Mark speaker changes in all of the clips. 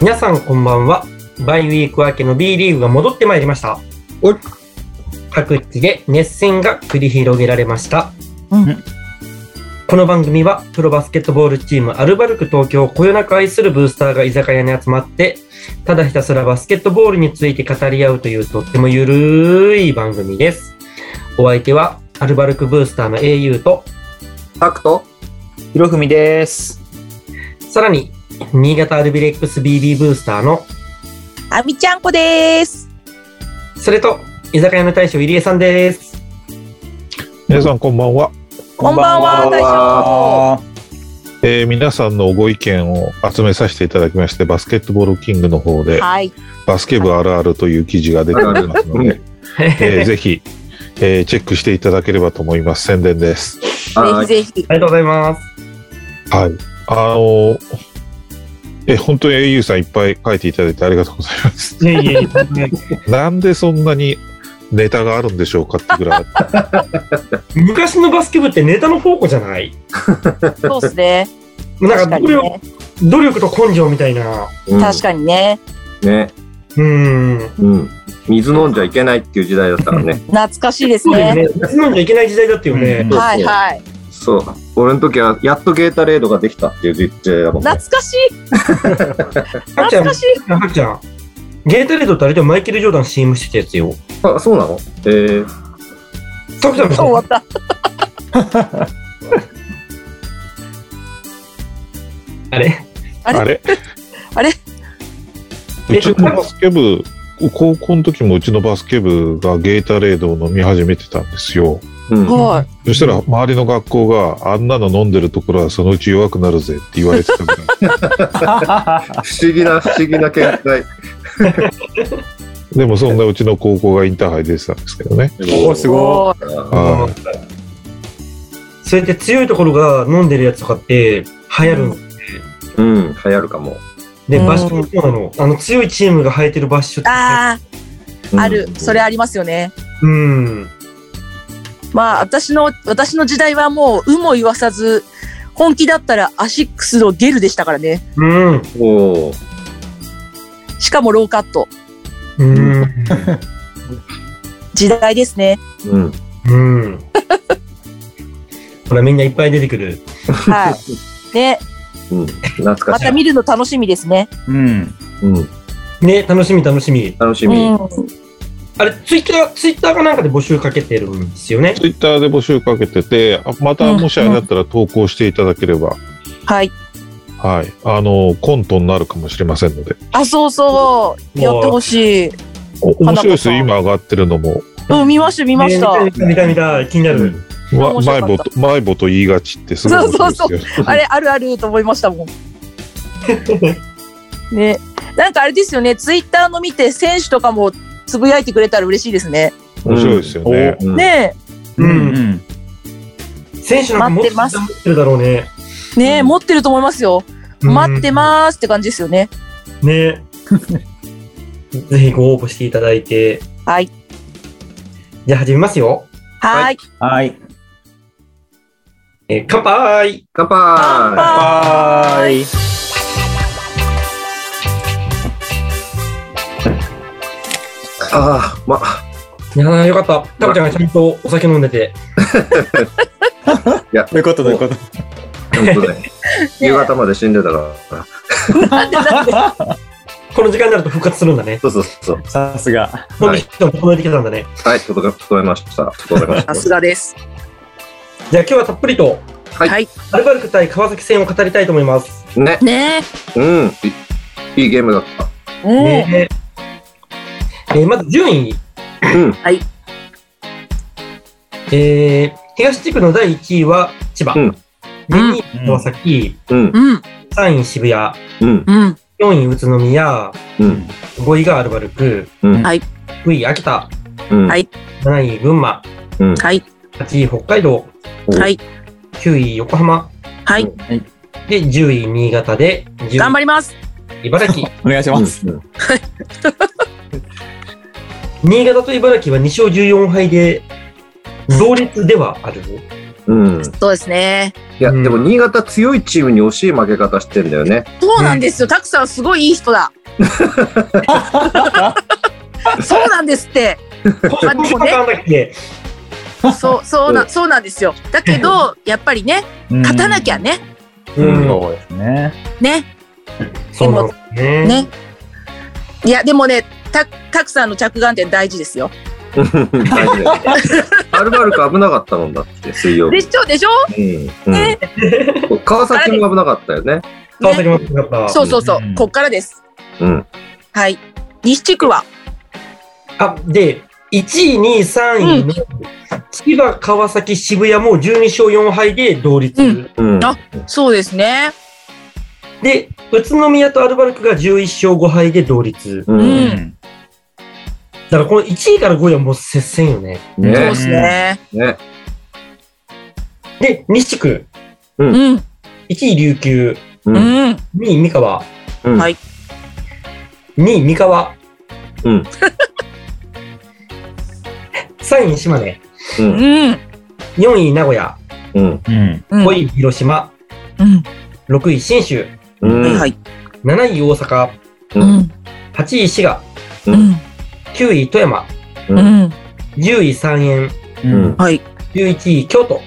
Speaker 1: 皆さんこんばんは。バイウィーク明けの B リーグが戻ってまいりました。
Speaker 2: おい
Speaker 1: 各地で熱戦が繰り広げられました。
Speaker 2: うん
Speaker 1: この番組はプロバスケットボールチームアルバルク東京をこよなく愛するブースターが居酒屋に集まって、ただひたすらバスケットボールについて語り合うというとってもゆるい番組です。お相手はアルバルクブースターの au と、
Speaker 2: タクトひろふみです。
Speaker 1: さらに新潟アルビレックス BB ブースターの、
Speaker 3: あみちゃんこです。
Speaker 1: それと居酒屋の大将入江さんです。
Speaker 4: 皆さんこんばんは、
Speaker 3: こんばんは大将
Speaker 4: えー皆さんのご意見を集めさせていただきましてバスケットボールキングの方で
Speaker 3: はい。
Speaker 4: バスケ部あるあるという記事が出ておりますので、えーぜひ、えーチェックしていただければと思います宣伝です
Speaker 2: はい
Speaker 3: ぜひぜひ。
Speaker 1: ありがとうございます。
Speaker 4: はいあのーえ本当に au さんいっぱい書いていただいてありがとうございます
Speaker 1: いえいえ、
Speaker 4: なんでそんなにネタがあるんでしょうかってぐらい
Speaker 1: 昔のバスケ部ってネタの宝庫じゃない
Speaker 3: そうですね。
Speaker 1: なんか
Speaker 3: 確か
Speaker 1: 努
Speaker 3: に
Speaker 1: 力,、
Speaker 3: ね。
Speaker 1: 努力と根性みたいな。
Speaker 2: うん
Speaker 3: 確かにね。
Speaker 2: ね、
Speaker 1: うーん。
Speaker 2: うん。水飲んじゃいけないっていう時代だったからね。
Speaker 3: 懐かしいです
Speaker 1: そうだよ
Speaker 3: ね。
Speaker 1: ね。飲んじゃいけない時代だったよね。
Speaker 2: うん
Speaker 3: はいはい。
Speaker 2: そう。俺の時は、やっとゲータレードができたっていう時代だもんね
Speaker 3: 懐。かしい。
Speaker 1: はっちゃん、
Speaker 3: 懐か
Speaker 1: は
Speaker 3: しい。
Speaker 1: っちゃん。ゲータレードってあれでマイケル・ジョーダン CM してたやつよ。
Speaker 2: あ、そうなのえー、
Speaker 1: たくちゃん
Speaker 3: 終わ
Speaker 1: も
Speaker 3: った。
Speaker 1: あれ
Speaker 3: あれ
Speaker 4: あれ
Speaker 3: あれ
Speaker 4: うちのバスケ部高校の時もうちのバスケ部がゲータレードを飲み始めてたんですよ
Speaker 2: うん。
Speaker 3: はい。
Speaker 4: そしたら周りの学校があんなの飲んでるところはそのうち弱くなるぜって言われて たから
Speaker 2: 不思議な、不思議な 見解。
Speaker 4: でもそんなうちの高校がインターハイ出てたんですけどね
Speaker 2: お
Speaker 3: すごい。
Speaker 2: あ
Speaker 4: は
Speaker 1: そうやって強いところが飲んでるやつとかって流行るの。
Speaker 2: うん、流行るかも。
Speaker 1: で、
Speaker 3: うん
Speaker 1: バッシュもそうなの。あの、強いチームが生えてるバッシュって。
Speaker 3: あ
Speaker 2: うん
Speaker 3: あ、ある。それありますよね。
Speaker 1: うん。
Speaker 3: まあ私の私の時代はもう有も言わさず本気だったらアシックスのゲルでしたからね。
Speaker 1: うん。
Speaker 2: おー
Speaker 3: しかもローカット
Speaker 1: うん。
Speaker 3: 時代ですね。
Speaker 2: うん。
Speaker 1: うん。ほら、みんないっぱい出てくる。
Speaker 3: はい。ね、
Speaker 2: うん。懐か
Speaker 3: ま
Speaker 2: しい。
Speaker 3: た見るの楽しみですね。
Speaker 5: うん。
Speaker 2: うん。
Speaker 1: ね、楽しみ楽しみ。
Speaker 2: 楽し
Speaker 3: う
Speaker 2: み。
Speaker 3: ん。
Speaker 1: あれ、ツイッター、ツイッターかなんかで募集かけてるんですよね
Speaker 4: い。ツイッターで募集かけててあまたもしあれだったら投稿していただければ、
Speaker 3: はい。
Speaker 4: はい、あのコントになるかもしれませんので
Speaker 3: あ、そうそう。やってほしい。
Speaker 4: お面白いですよ
Speaker 3: 花子
Speaker 4: 今上がってるのも、
Speaker 3: うん、見ました、見ました。
Speaker 1: ね見た見た見た見た、気になる。
Speaker 4: ま、
Speaker 3: 面白
Speaker 4: マイ
Speaker 3: かっ
Speaker 4: ボ
Speaker 3: た
Speaker 4: とマイボと言いがちってすごい面白いですよ
Speaker 3: そうあれ、あるあると思いましたもん。ね。なんかあれですよね、ツイッターの見て、選手とかもつぶやいてくれたら嬉しいですね。
Speaker 4: 面白いですよね、
Speaker 2: うん。
Speaker 3: ね
Speaker 1: う。
Speaker 5: うんん。
Speaker 1: 選手なんか
Speaker 3: 待ってます
Speaker 1: 持ってるだろうね。
Speaker 3: え、ねえ、持ってると思いますよ。
Speaker 1: うん
Speaker 3: 待ってまーすって感じですよね。
Speaker 1: ね。ぜひご応募していただいて。
Speaker 3: はい。
Speaker 1: じゃあ始めますよ。
Speaker 3: は。
Speaker 2: はい
Speaker 5: はい。
Speaker 1: えー乾杯
Speaker 2: 乾
Speaker 3: 乾杯
Speaker 2: 杯
Speaker 5: はい。
Speaker 2: ああ、ま、
Speaker 1: いやーよかった。タコちゃんがちゃんとお酒飲んでて。
Speaker 5: ということということ。
Speaker 2: 本当 だよ。夕方まで死んでたから。
Speaker 1: この時間になると復活するんだね。
Speaker 2: そうそうそう。
Speaker 5: さすが。
Speaker 1: 飲ん
Speaker 2: は
Speaker 1: で
Speaker 2: い
Speaker 1: きたの整えてきたんだね。
Speaker 2: はい、整え整えました。整えま
Speaker 3: さ
Speaker 2: し
Speaker 3: すがです。
Speaker 1: じゃあ今日はたっぷりと、
Speaker 2: はい
Speaker 3: はい。
Speaker 1: アルバルク対川崎戦を語りたいと思います。
Speaker 2: た。ね、
Speaker 3: ね
Speaker 2: うん。いいいゲームだった。
Speaker 3: え。ね
Speaker 1: ねえーまず順位。
Speaker 2: うん
Speaker 3: はい。
Speaker 1: えー、東地区の第1位は千葉。
Speaker 2: うん
Speaker 1: 2位川崎、
Speaker 2: うん、
Speaker 3: え。うん。
Speaker 1: 3位渋谷、
Speaker 2: うん、
Speaker 3: うん。
Speaker 1: 4位宇都宮、
Speaker 2: うん、
Speaker 1: 5位がアルバルク、
Speaker 2: うん
Speaker 3: はい
Speaker 1: 6位秋田、
Speaker 2: うん。
Speaker 3: はい
Speaker 1: 7位群馬、
Speaker 2: うん。
Speaker 3: はい。
Speaker 1: 8位北海道、
Speaker 3: はい。
Speaker 1: 9位横浜、
Speaker 3: はい。
Speaker 1: で10位新潟で、
Speaker 3: 頑
Speaker 1: 10
Speaker 3: 張ります。
Speaker 1: 位茨城。
Speaker 5: お願いします。
Speaker 2: うん
Speaker 1: 新潟と茨城は2勝14敗で、同率ではある。
Speaker 2: うん。
Speaker 3: そうですね。
Speaker 2: いや、
Speaker 1: うん
Speaker 2: でも新潟強いチームに惜しい負け方してんだよね。
Speaker 3: そうなんですよ。たくさんすごいいい人だ。そうなんですって。
Speaker 1: このパターンだっけ
Speaker 3: そう、そうな、そうなんですよ。だけど、やっぱりね、 勝たなきゃね。
Speaker 1: うん、
Speaker 5: そうですね。
Speaker 3: ね。
Speaker 1: そうなのね。
Speaker 3: ね。いや、でもね、た、たくさんの着眼点大事ですよ。
Speaker 2: 大事だよね。アルバルク危なかったもんだって、水曜
Speaker 3: で
Speaker 2: 日。
Speaker 3: しょでしょ、
Speaker 2: うんうん、川崎も危なかったよね。
Speaker 1: 川崎も
Speaker 3: ね、
Speaker 1: 強かった。
Speaker 3: そうそうそう
Speaker 5: う。ん
Speaker 3: こっからです。
Speaker 2: うん。
Speaker 3: はい。西地区は、
Speaker 1: あ、で、1位、2位、3位の千葉、川崎、渋谷も12勝4敗で同率。
Speaker 3: うん
Speaker 2: うん。
Speaker 3: あそうですね。
Speaker 1: で、宇都宮とアルバルクが11勝5敗で同率。
Speaker 2: う。
Speaker 3: うん
Speaker 5: ん。
Speaker 1: だからこの1位から5位はもう接戦よね。
Speaker 3: そう
Speaker 2: ね
Speaker 3: で。すね。
Speaker 2: ね。
Speaker 1: で、西地区、
Speaker 2: う
Speaker 3: うん。
Speaker 1: 1位琉球、
Speaker 2: う。
Speaker 3: うんん。
Speaker 1: 2位三河、
Speaker 2: うん
Speaker 3: はい
Speaker 1: 2位三河、
Speaker 2: うん。
Speaker 1: 3位島根、
Speaker 2: うん。
Speaker 3: うん。
Speaker 1: 4位名古屋、
Speaker 2: うん。
Speaker 5: うん。
Speaker 3: うん。
Speaker 1: 5位広島、
Speaker 3: うん。
Speaker 1: 6位信州、
Speaker 2: うん。
Speaker 3: はい。
Speaker 1: 7位大阪、
Speaker 2: う。
Speaker 3: うんん。
Speaker 1: 8位滋賀、
Speaker 3: うん。
Speaker 1: 9位富山、
Speaker 3: うん。
Speaker 1: 10位三円、
Speaker 2: うん。
Speaker 3: はい。
Speaker 1: 11位京都。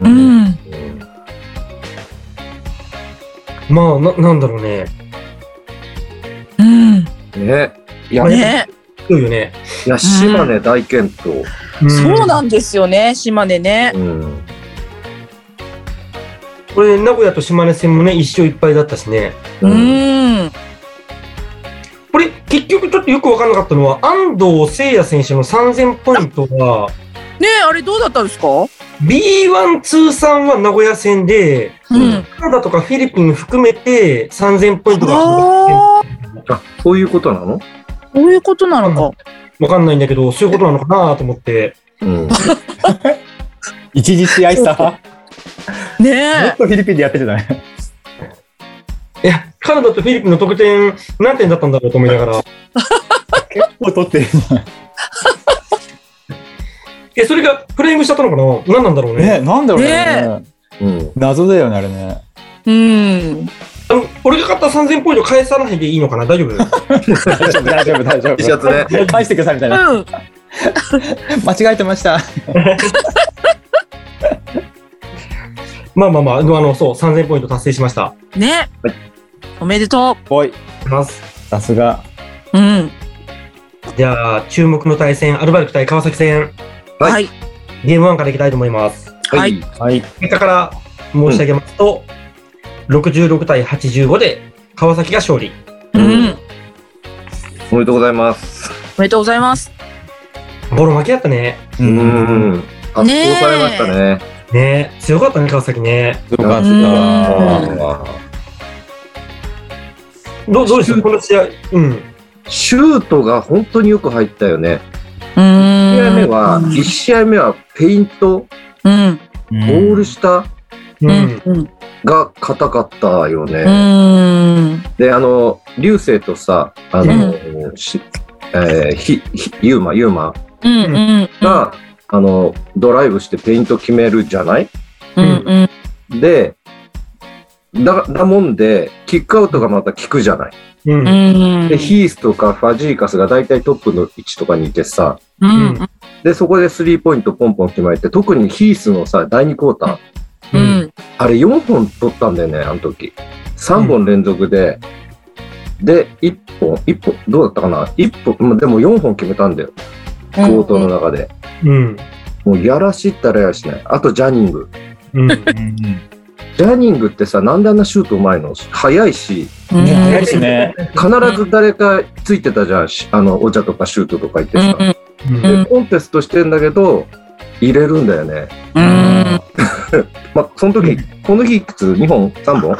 Speaker 3: う。ん。
Speaker 1: まあ、な、なんだろうね。
Speaker 3: うん。
Speaker 2: ね。いや、い
Speaker 3: ね。
Speaker 1: そうよね。
Speaker 2: や、島根大健闘。
Speaker 3: そうんなんですよね。島根ね。
Speaker 2: うん。
Speaker 1: これ、名古屋と島根戦もね、一勝一敗だったしね。
Speaker 3: う
Speaker 2: うん。
Speaker 3: ん。
Speaker 1: これ、結局ちょっとよくわかんなかったのは、安藤誠也選手の3000ポイントが、
Speaker 3: ねえ、あれどうだったんですか
Speaker 1: B1 通算は名古屋戦で、
Speaker 3: うん。
Speaker 1: カナダとかフィリピン含めて3000ポイントがわ
Speaker 3: ああ、
Speaker 2: あ、そういうことなの
Speaker 3: こういうことなのか。
Speaker 1: かんないんだけど、そういうことなのかなと思って。
Speaker 2: うん。
Speaker 5: 一時試合さ、ず
Speaker 3: ね
Speaker 5: っとフィリピンでやっててた ね。
Speaker 1: いや、カナダとフィリピンの得点何点だったんだろうと思いながら。
Speaker 5: 結構取ってる
Speaker 1: え、それがフライングしちゃったのかな何なんだろうね。
Speaker 5: ね。なんだろう
Speaker 3: ね
Speaker 5: ね。
Speaker 2: うん。
Speaker 5: 謎だよね、あれね。
Speaker 3: え。うん。
Speaker 1: あの、俺が買った3000ポイント返さないでいいのかな大丈夫
Speaker 5: 大丈夫、大丈夫、大 丈
Speaker 2: T シャ
Speaker 5: 夫。
Speaker 2: ツね。
Speaker 5: 返してくださいみたいな。
Speaker 3: うん。
Speaker 5: 間違えてました。
Speaker 1: まあまあまあ、あの、そう、3000ポイント達成しました。
Speaker 3: ね
Speaker 2: は
Speaker 3: おめでと
Speaker 5: おい、
Speaker 1: ます。
Speaker 5: さすが。
Speaker 3: う。うん。
Speaker 1: じゃあ、注目の対戦、アルバルク対川崎戦、
Speaker 2: はい
Speaker 3: はい。
Speaker 1: ゲーム1からいきたいと思います。
Speaker 3: は
Speaker 2: はいい。
Speaker 5: はい。
Speaker 1: 結果から申し上げますと、66対85で川崎が勝利。
Speaker 3: うん。お
Speaker 2: おめでとうございます。
Speaker 3: めでとうございます。
Speaker 1: ボロ負けやったね。
Speaker 5: う
Speaker 2: うん。圧倒
Speaker 3: ねえ
Speaker 2: されましたね。
Speaker 1: ねえ強かったね、川崎ね。
Speaker 5: よかっ
Speaker 3: うん
Speaker 5: た。
Speaker 2: あー
Speaker 1: どうどうでしたこの試合。うん。
Speaker 2: シュートが本当によく入ったよね。
Speaker 3: う
Speaker 2: 1試合目
Speaker 3: ん。
Speaker 2: は、1試合目はペイント、
Speaker 3: うん。
Speaker 2: ゴール下
Speaker 1: う
Speaker 3: うんん。。うん。
Speaker 2: が硬かったよ
Speaker 3: う
Speaker 2: ね。
Speaker 3: ん。
Speaker 2: で、あの、流星とさ、あの、しえーひ、ひ、ユーマ、ユーマ
Speaker 3: うん。うん。
Speaker 2: が、あの、ドライブしてペイント決めるじゃない
Speaker 3: うん。うん。
Speaker 2: で、だ、だもんで、キックアウトがまた効くじゃない。
Speaker 1: う。
Speaker 3: うんん。
Speaker 2: で、ヒースとかファジーカスが大体トップの位置とかにいてさ、
Speaker 3: うん。
Speaker 2: で、そこでスリーポイントポンポン決まって、特にヒースのさ、第2クォーター、
Speaker 1: う
Speaker 3: う
Speaker 1: ん。
Speaker 3: ん。
Speaker 2: あれ4本取ったんだよね、あの時。3本連続で、で、1本、一本、どうだったかな ?1 本、まあでも4本決めたんだよ、クォートの中で。
Speaker 1: うん。
Speaker 2: もうやらしったらやらしない。あと、ジャニング。
Speaker 1: うん。
Speaker 2: ジャニングってさ、なんであんなシュートうまいの早いし、
Speaker 3: うん。
Speaker 5: 早いですね。
Speaker 2: 必ず誰かついてたじゃん、しあの、お茶とかシュートとか言って
Speaker 3: うん。
Speaker 2: さ。
Speaker 1: うん
Speaker 2: で、コンテストしてんだけど、入れるんだよね。
Speaker 3: うん。
Speaker 2: まあ、その時、この日いくつ ?2 本 ?3 本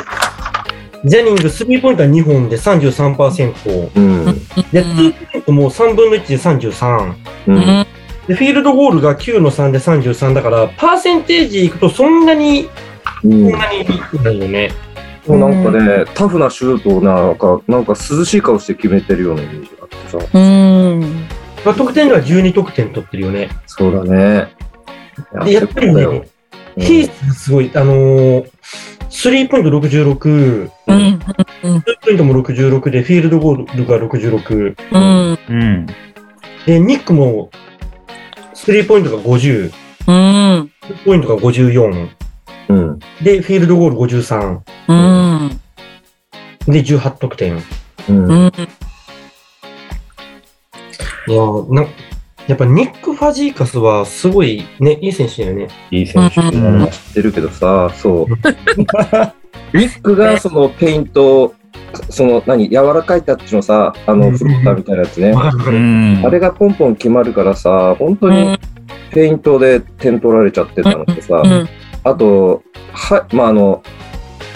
Speaker 1: ジャニング、スリーポイントは2本で33%。
Speaker 2: うん。
Speaker 1: で、ツーポイントも3分の1で33。
Speaker 2: う。
Speaker 3: うんん。
Speaker 1: で、フィールドゴールが9の3で33だから、パーセンテージいくとそんなに、
Speaker 2: うん
Speaker 1: そんなにいいんだよね。
Speaker 2: そうなんかね、タフなシュートをなんか、なんか涼しい顔して決めてるようなイメージがあってさ。
Speaker 3: うん。
Speaker 1: まあ、得点では12得点取ってるよね。
Speaker 2: そうだね。
Speaker 1: でやっぱり
Speaker 2: だ
Speaker 1: ね
Speaker 2: よ。、
Speaker 1: ヒースすごい、あのー、スリーポイント66、ツ
Speaker 3: うん。
Speaker 1: ーポイントも66で、フィールドゴールが66、
Speaker 3: うん。
Speaker 5: うん。
Speaker 1: で、ニックも、スリーポイントが50、ツ
Speaker 3: うん。
Speaker 1: ーポイントが54、
Speaker 2: うん。
Speaker 1: で、フィールドゴール53、
Speaker 3: うん。
Speaker 1: で、18得点。いや
Speaker 2: うん。
Speaker 1: ーなやっぱニック・ファジーカスはすごいね、いい選手だよね。
Speaker 5: いい選手だな。
Speaker 2: 知ってるけどさ、そう。リックがそのペイント、その何、柔らかいタッチのさ、あ
Speaker 1: う
Speaker 2: の
Speaker 1: ん
Speaker 2: フロッターみたいなやつね。
Speaker 1: わかるわか
Speaker 5: う
Speaker 1: る。
Speaker 5: ん
Speaker 2: あれがポンポン決まるからさ、本当にペイントで点取られちゃってたのってさ、あと、は、まあ、あの、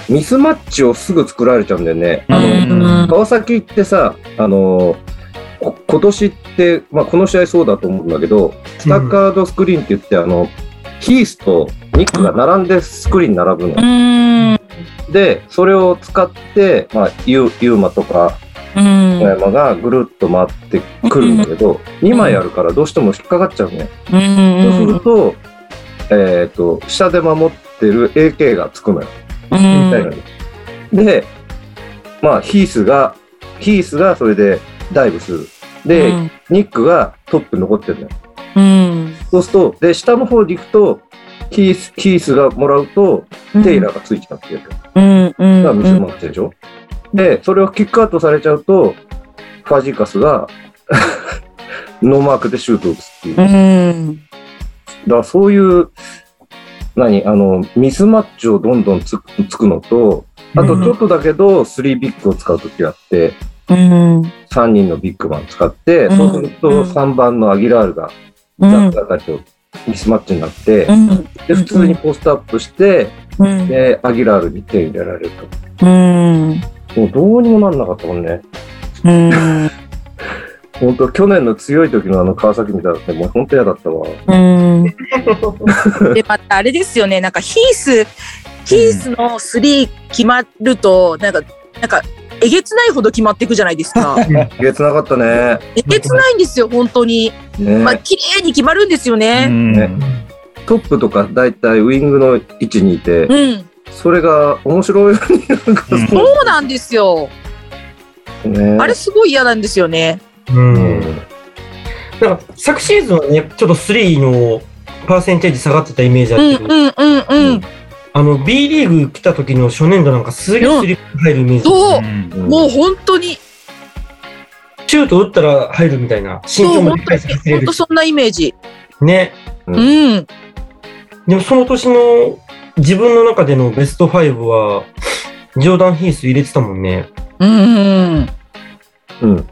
Speaker 2: ミスマッチをすぐ作られちゃうんだよね。あの、
Speaker 3: うん
Speaker 2: 川崎ってさ、あの、こ今年って、まあ、この試合そうだと思うんだけど、スタッカードスクリーンって言って、あの、ヒースとニックが並んでスクリーンに並ぶの。で、それを使って、まあ、ユユーマとか、小山がぐるっと回ってくるんだけど、2枚あるからどうしても引っかかっちゃうね。そうすると、えっ、と、下で守ってる AK がつくのよ。みたいなので、まあ、ヒースが、ヒースがそれでダイブする。で、ニックがトップに残ってるのよ。そうすると、で、下の方に行くと、ヒース、ヒースがもらうと、テイラーがついちゃってる。だから水回ってるでしょ。で、それをキックアウトされちゃうと、ファジーカスが、 ノーマークでシュートを打つっていう。だからそういう、何、あの、ミスマッチをどんどんつつくのと、あとちょっとだけど、3ビッグを使うときがあって、3人のビッグマン使って、そうする
Speaker 3: うん
Speaker 2: と3番のアギラールが、ザッカーたちとミスマッチになって、で、普通にポストアップして、で、アギラールに手入れられると。もうどうにもなんなかったもんね。本当去年の強い時のあの川崎みたいだって、もう本当嫌だったわ。
Speaker 3: でまたあれですよねなんかヒースヒースのスリー決まるとなんかなんかえげつないほど決まっていくじゃないですか
Speaker 2: えげつなかったね。
Speaker 3: えげつないんですよ本当に、
Speaker 2: ね
Speaker 3: まあ綺麗に決まるんですよ
Speaker 5: う
Speaker 3: ね
Speaker 5: ん。
Speaker 2: トップとか大体ウィングの位置にいて
Speaker 3: う、ん、
Speaker 2: それが面白いようになんか
Speaker 5: うん
Speaker 3: そうなんですよ
Speaker 2: ね。
Speaker 3: あれすごい嫌なんですよね
Speaker 1: うん。
Speaker 2: うん
Speaker 1: なんか昨シーズンはね、ちょっと3のパーセンテージ下がってたイメージあ
Speaker 3: う
Speaker 1: っ
Speaker 3: ん
Speaker 1: たけど、
Speaker 3: うんうんうん
Speaker 1: あの B リーグ来た時の初年度なんかすげえスリー入るイメージ、
Speaker 3: そう
Speaker 5: うん
Speaker 2: うん
Speaker 3: もう本当に
Speaker 1: シュート打ったら入るみたいな、身
Speaker 3: そ
Speaker 1: 長
Speaker 3: う
Speaker 1: も
Speaker 3: 本
Speaker 1: 理解させ
Speaker 3: 当
Speaker 1: れ
Speaker 3: 本
Speaker 1: る
Speaker 3: 当。そんなイメージ
Speaker 1: ね。
Speaker 3: うん
Speaker 1: でもその年の自分の中でのベスト5は、ジョーダン・ヒース入れてたもんね。
Speaker 3: うんうん
Speaker 2: うん。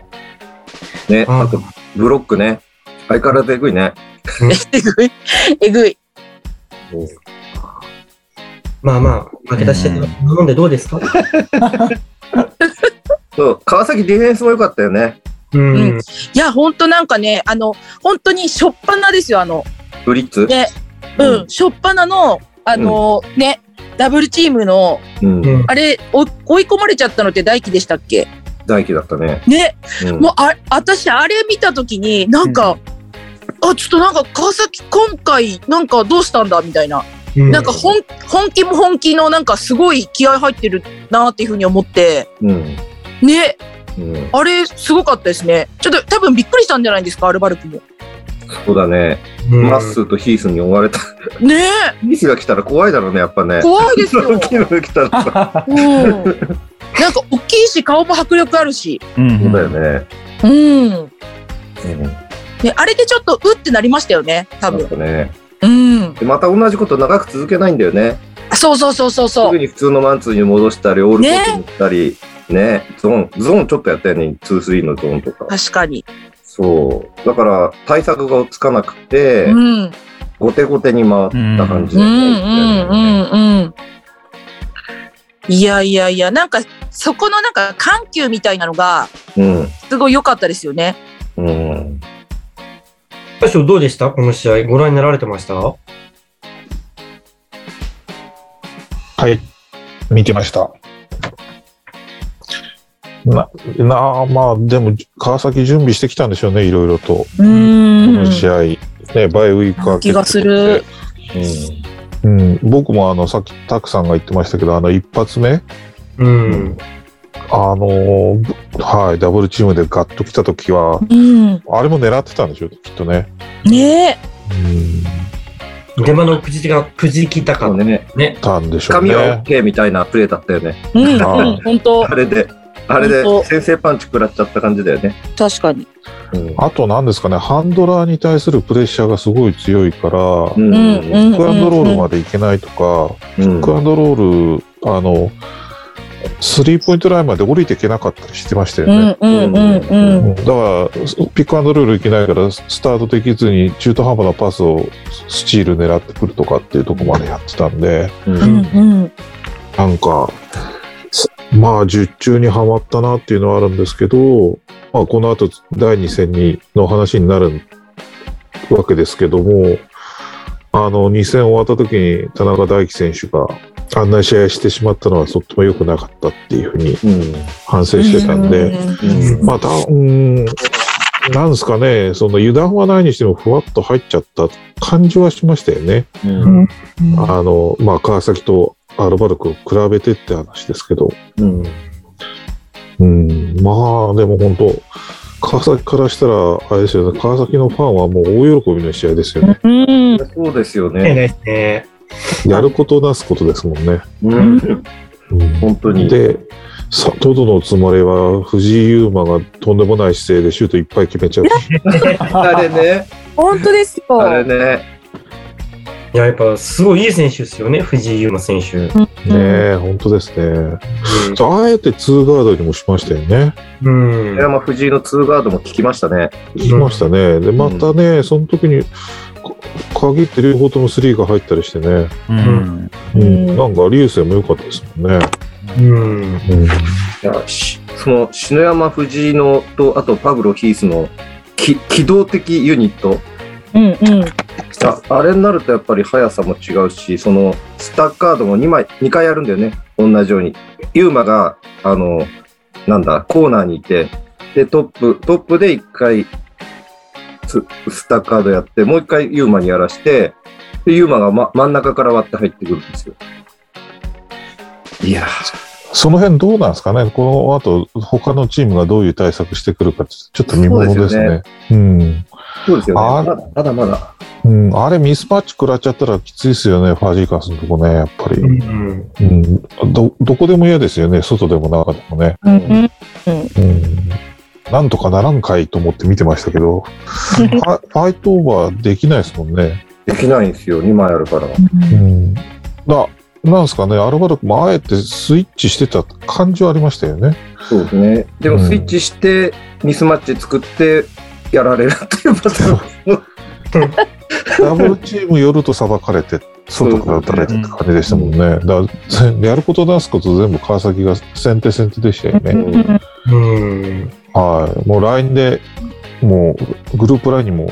Speaker 2: ね、
Speaker 1: あ
Speaker 2: あと、ブロックね。相変わらずエグいね。
Speaker 3: えぐいえぐい
Speaker 1: まあまあ、負け出して
Speaker 5: うん
Speaker 1: 飲んでどうですか
Speaker 2: そう、川崎ディフェンスも良かったよね。
Speaker 1: うん。
Speaker 3: うんいや本当なんかねあの本当に初っ端ですよあの
Speaker 2: ブリッツ。
Speaker 3: ねうん、初っ端の、あのーね、ダブルチームの、
Speaker 2: うん。
Speaker 1: うん
Speaker 3: あれ、お追い込まれちゃったのって大輝でしたっけ
Speaker 2: 大輝だったね。
Speaker 3: ね、
Speaker 2: うん
Speaker 3: もう、あ、私、あれ見たときに、なんか、あ、ちょっとなんか、川崎、今回、なんか、どうしたんだみたいな。
Speaker 1: うん
Speaker 3: なんか、本、本気も本気の、なんか、すごい気合入ってるなっていうふうに思って、
Speaker 2: うん。
Speaker 3: ね、
Speaker 2: うん。
Speaker 3: あれ、すごかったですね。ちょっと、多分びっくりしたんじゃないですか、アルバルクも。
Speaker 2: そうだね。
Speaker 1: うん
Speaker 2: マッスーとヒースに追われた。
Speaker 3: ね
Speaker 2: ヒースが来たら怖いだろうね、やっぱね。
Speaker 3: 怖い ですよ。うん。
Speaker 2: ヒースが来たら。
Speaker 3: なんか、大きいし、顔も迫力あるし。
Speaker 5: うん
Speaker 2: そうだよね。
Speaker 3: うん。
Speaker 2: うん。
Speaker 3: ね、あれでちょっとうってなりましたよね、多
Speaker 2: なん
Speaker 3: 分。
Speaker 2: かね。
Speaker 3: うん。
Speaker 2: で、また同じこと長く続けないんだよね。
Speaker 3: そうそうそうそう
Speaker 2: す
Speaker 3: そ
Speaker 2: ぐ
Speaker 3: う。
Speaker 2: に普通のマンツーに戻したり、オールコートに行ったり、ね、ゾーン、ゾーンちょっとやったよね、2、3のゾーンとか。
Speaker 3: 確かに。
Speaker 2: そう。だから、対策がつかなくて
Speaker 3: う、ん。うん
Speaker 2: 後手後手に回った感じ
Speaker 3: う
Speaker 2: だ
Speaker 3: んう
Speaker 2: よね。
Speaker 3: んうん。いやいやいや、なんかそこのなんか緩急みたいなのが
Speaker 2: うん。
Speaker 3: すごい良かったですよね。
Speaker 2: うん。
Speaker 1: 大将どうでしたこの試合。ご覧になられてました
Speaker 4: はい、見てました。な、なあ、まあ、でも、川崎準備してきたんでしょうね、いろいろと。
Speaker 3: う
Speaker 4: こ
Speaker 3: ん
Speaker 4: の試合、ね、バイウィーク明け
Speaker 3: 気がする。
Speaker 4: うんうん、僕もあのさっきタクさんが言ってましたけどあの一発目
Speaker 1: うん。
Speaker 4: あのぶはいダブルチームでガッと来た時は
Speaker 3: うん。
Speaker 4: あれも狙ってたんでしょうきっとね。
Speaker 3: ねえ。
Speaker 4: うん、
Speaker 1: 出間のくじがくじきたか
Speaker 2: そう
Speaker 1: った
Speaker 2: ね。
Speaker 1: ね。
Speaker 4: たんでしょう
Speaker 2: 髪は
Speaker 4: ね。
Speaker 2: OK みたいなプレーだったよね。
Speaker 3: うん、うん
Speaker 4: あー、
Speaker 3: 本当
Speaker 2: あれで、あれで
Speaker 3: 本当
Speaker 2: 先制パンチ食らっちゃった感じだよね。
Speaker 3: 確かに。
Speaker 2: うん
Speaker 4: あと何ですかねハンドラーに対するプレッシャーがすごい強いから、
Speaker 2: う
Speaker 4: ク
Speaker 3: うん、うん。
Speaker 2: ん
Speaker 4: ックアンドロールまでいけないとか、
Speaker 2: う
Speaker 4: クッ
Speaker 2: ん
Speaker 4: クアンドロールあのスリーポイントラインまで降りていけなかったりしてましたよね。
Speaker 3: うん、うん、うん、うん。
Speaker 4: だから、そピックアンドロールいけないから、ススタートできずに中途半端なパスをスチール狙ってくるとかっていうとこまでやってたんで、
Speaker 2: うん
Speaker 3: うん、うん。
Speaker 4: なんか、すまあ、10中にはまったなっていうのはあるんですけど、まあ、この後、第2戦にの話になるわけですけども、あの、2戦終わった時に田中大輝選手が、あんな試合してしまったのはとっても良くなかったっていうふうに
Speaker 2: うん
Speaker 4: 反省してたんで、
Speaker 2: うん
Speaker 4: まあ、たうーん、なんですかね、その油断はないにしても、ふわっと入っちゃった感じはしましたよね。
Speaker 2: うん
Speaker 4: あの、まあ、川崎とアルバルクを比べてって話ですけど、
Speaker 2: うん
Speaker 4: うん、まあ、でも本当、川崎からしたら、あれですよね、川崎のファンはもう大喜びの試合ですよね。
Speaker 3: うん、
Speaker 2: そうですよ
Speaker 1: ね
Speaker 2: ね。
Speaker 1: ですね。
Speaker 4: やることなすことですもんね。
Speaker 2: うん
Speaker 4: うん
Speaker 2: 本当に。
Speaker 4: で、さトドのつまりは、藤井優馬がとんでもない姿勢でシュートいっぱい決めちゃう。
Speaker 2: あれね、
Speaker 3: 本当です
Speaker 2: あれ
Speaker 3: よ。
Speaker 2: ね、
Speaker 1: いや、やっぱすごいいい選手ですよね、藤井優馬選手。
Speaker 4: ねえ、本当ですね。あえてツーガードにもしましたよね。
Speaker 1: うん。
Speaker 2: 山藤井のツーガードも効きましたね。
Speaker 4: しましたね。で、またね、その時に、か限って両方ともスリーが入ったりしてね。
Speaker 5: うん。
Speaker 4: うん
Speaker 3: うん
Speaker 4: なんか、流星も良かったですもんね。
Speaker 1: うん。
Speaker 4: うん
Speaker 2: いやしその篠山藤井のとあとパブロ・ヒースのき機動的ユニット
Speaker 3: うん、うん。
Speaker 2: ああれになるとやっぱり速さも違うしそのスタッカードも2枚2回やるんだよね同じようにユーマがあのなんだコーナーにいてでトップトップで1回ススタッカードやってもう1回ユーマにやらしてでユーマが、ま、真ん中から割って入ってくるんですよいや
Speaker 4: その辺どうなんですかね。この後、他のチームがどういう対策してくるか、ちょっと見ものですね。うん
Speaker 2: そうですよね
Speaker 4: あ
Speaker 2: まだまだまだ
Speaker 4: うん。あれ、ミスパッチ食らっちゃったらきついですよね。ファジーカスのとこね、やっぱり。
Speaker 1: うん。
Speaker 4: うん。ど、どこでも嫌ですよね。外でも中でもね。
Speaker 3: うん、
Speaker 4: うんなんとかならんかいと思って見てましたけ ど、ファファイトオーバーできないですもんね。
Speaker 2: できないんですよ2枚あるから。
Speaker 4: うん、だなんですかね、アルバルクもあえてスイッチしてた感じはありましたよね。
Speaker 2: そうですね。でも
Speaker 4: うん
Speaker 2: スイッチして、ミスマッチ作って、やられるっていうパターン。
Speaker 4: ダブルチーム寄ると裁かれて、外から打たれてって感じでしたもんね。だからぜやることなすこと全部川崎が先手先手でしたよね。
Speaker 3: うん。
Speaker 1: うん。
Speaker 4: はい。もう LINE で、もうグループ LINE にも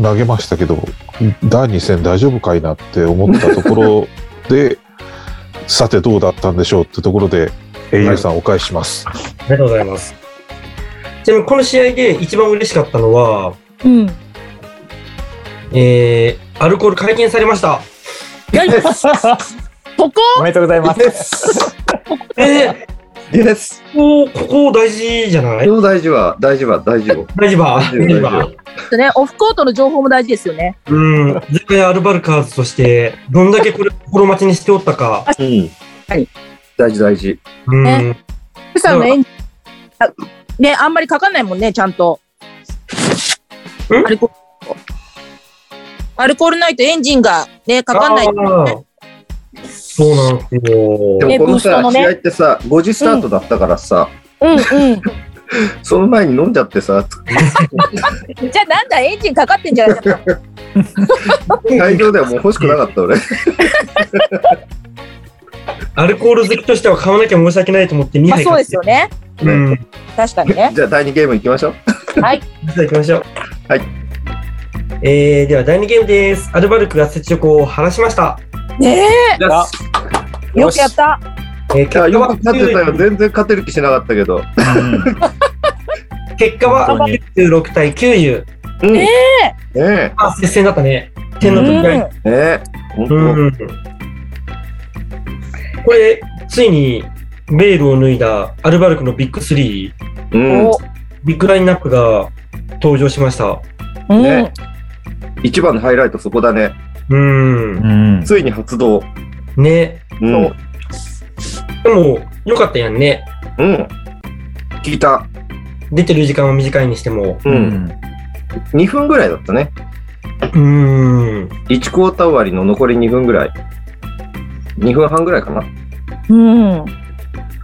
Speaker 4: 投げましたけど、第2戦大丈夫かいなって思ったところで、 さてどうだったんでしょうってところで、au さんお返しします。
Speaker 1: ありがとうございます。ちなみにこの試合で一番嬉しかったのは、
Speaker 3: うん。
Speaker 1: えー、アルコール解禁されました。
Speaker 3: ここ
Speaker 5: おめでとうございます。
Speaker 1: えー、
Speaker 2: イエス
Speaker 1: ここ、ここ大事じゃない
Speaker 2: 超大事は、大事は、大事を。
Speaker 1: 大丈夫大丈
Speaker 2: 大事よ
Speaker 1: 夫
Speaker 2: 大事よ
Speaker 3: ね、オフコートの情報も大事ですよね。
Speaker 1: うん。絶対アルバルカーズとして、どんだけこれ心待ちにしておったか。
Speaker 2: うん
Speaker 3: はい。
Speaker 2: 大事、大事。
Speaker 1: うん
Speaker 3: ね。ふさんの演技、あね、あんまりかかんないもんね、ちゃんと。
Speaker 1: ん
Speaker 3: アルコール。アルコールないとエンジンがね、かかんない
Speaker 1: あ。ーそうなんですよ。
Speaker 2: で
Speaker 3: ね
Speaker 2: もこ
Speaker 3: ブ
Speaker 2: の
Speaker 3: ースト
Speaker 2: さ、
Speaker 3: のね
Speaker 2: 試合ってさ、5時スタートだったからさ、
Speaker 3: うんうん。
Speaker 2: その前に飲んじゃってさ、
Speaker 3: じゃあなんだ、エンジンかかってんじゃないか。
Speaker 2: 会場ではもう欲しくなかった俺。
Speaker 1: アルコール好きとしては買わなきゃ申し訳ないと思って2
Speaker 3: まあ
Speaker 1: 杯
Speaker 3: そ
Speaker 1: 買って。
Speaker 3: うですよね。
Speaker 1: うん。じ
Speaker 3: 確かにね。
Speaker 2: じゃあ第2ゲーム行きましょう。
Speaker 3: はい。
Speaker 1: ゃあ行きましょう。
Speaker 2: はい。
Speaker 1: えー、では第2ゲームです。アルバルクが雪辱を晴らしました。
Speaker 3: ね
Speaker 2: じゃあ、
Speaker 3: え、よくやった。
Speaker 1: えー、
Speaker 2: いや
Speaker 1: 結果
Speaker 2: よ
Speaker 1: は
Speaker 2: く勝ってたよ。全然勝てる気しなかったけど。
Speaker 1: 結果は
Speaker 5: 本当に
Speaker 1: 96対90。
Speaker 2: うん。
Speaker 3: ね
Speaker 2: ねえ。
Speaker 1: あ、接戦だったね。点の
Speaker 3: う
Speaker 1: 取り合い。
Speaker 3: ん
Speaker 2: ねえ。
Speaker 1: う
Speaker 2: 本
Speaker 1: ん。これ、ついに、ベールを脱いだアルバルクのビッグ3、
Speaker 2: うん。
Speaker 1: ビッグラインナップが登場しました。
Speaker 3: うん
Speaker 2: ね一番のハイライトそこだね。
Speaker 1: う。
Speaker 5: うんん。
Speaker 2: ついに発動。
Speaker 1: ね。
Speaker 2: うん。
Speaker 1: そうでも、よかったやんね。
Speaker 2: うん。聞いた。
Speaker 1: 出てる時間は短いにしても。
Speaker 5: う
Speaker 2: う。
Speaker 5: んん。
Speaker 2: 2分ぐらいだったね。
Speaker 1: うーん。
Speaker 2: 1クォーター終わりの残り2分ぐらい。2分半ぐらいかな。
Speaker 3: うん。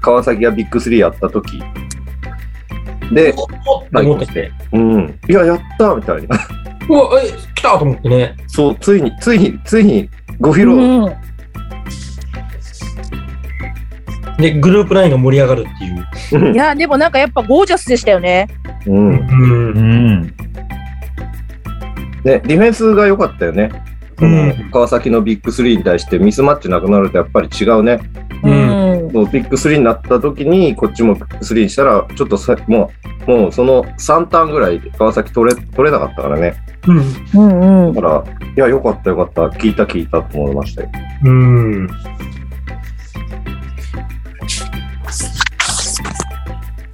Speaker 2: 川崎がビッグ3やった時。で、
Speaker 1: おっと思ってて。
Speaker 2: うん。いや、やったみたいな。
Speaker 1: うわ、え、来たと思ってね。
Speaker 2: そう、ついに、ついに、ついに、5フィロ
Speaker 3: うん
Speaker 1: で、グループラインが盛り上がるっていう。
Speaker 3: いや、でもなんかやっぱゴージャスでしたよね。
Speaker 2: うん。
Speaker 1: うん
Speaker 5: うん。
Speaker 2: ね、ディフェンスが良かったよね。その
Speaker 1: うん
Speaker 2: 川崎のビッグ3に対してミスマッチなくなるとやっぱり違うね。
Speaker 1: う
Speaker 3: うん。
Speaker 2: もうビッグ3になった時にこっちも3にしたらちょっとさもうもうその3ターンぐらいで川崎取れ取れなかったからね。
Speaker 1: う
Speaker 3: うんうん
Speaker 2: だ。から、いや、良かった良かった。聞いた聞いたと思いましたよ。
Speaker 1: ん。うん。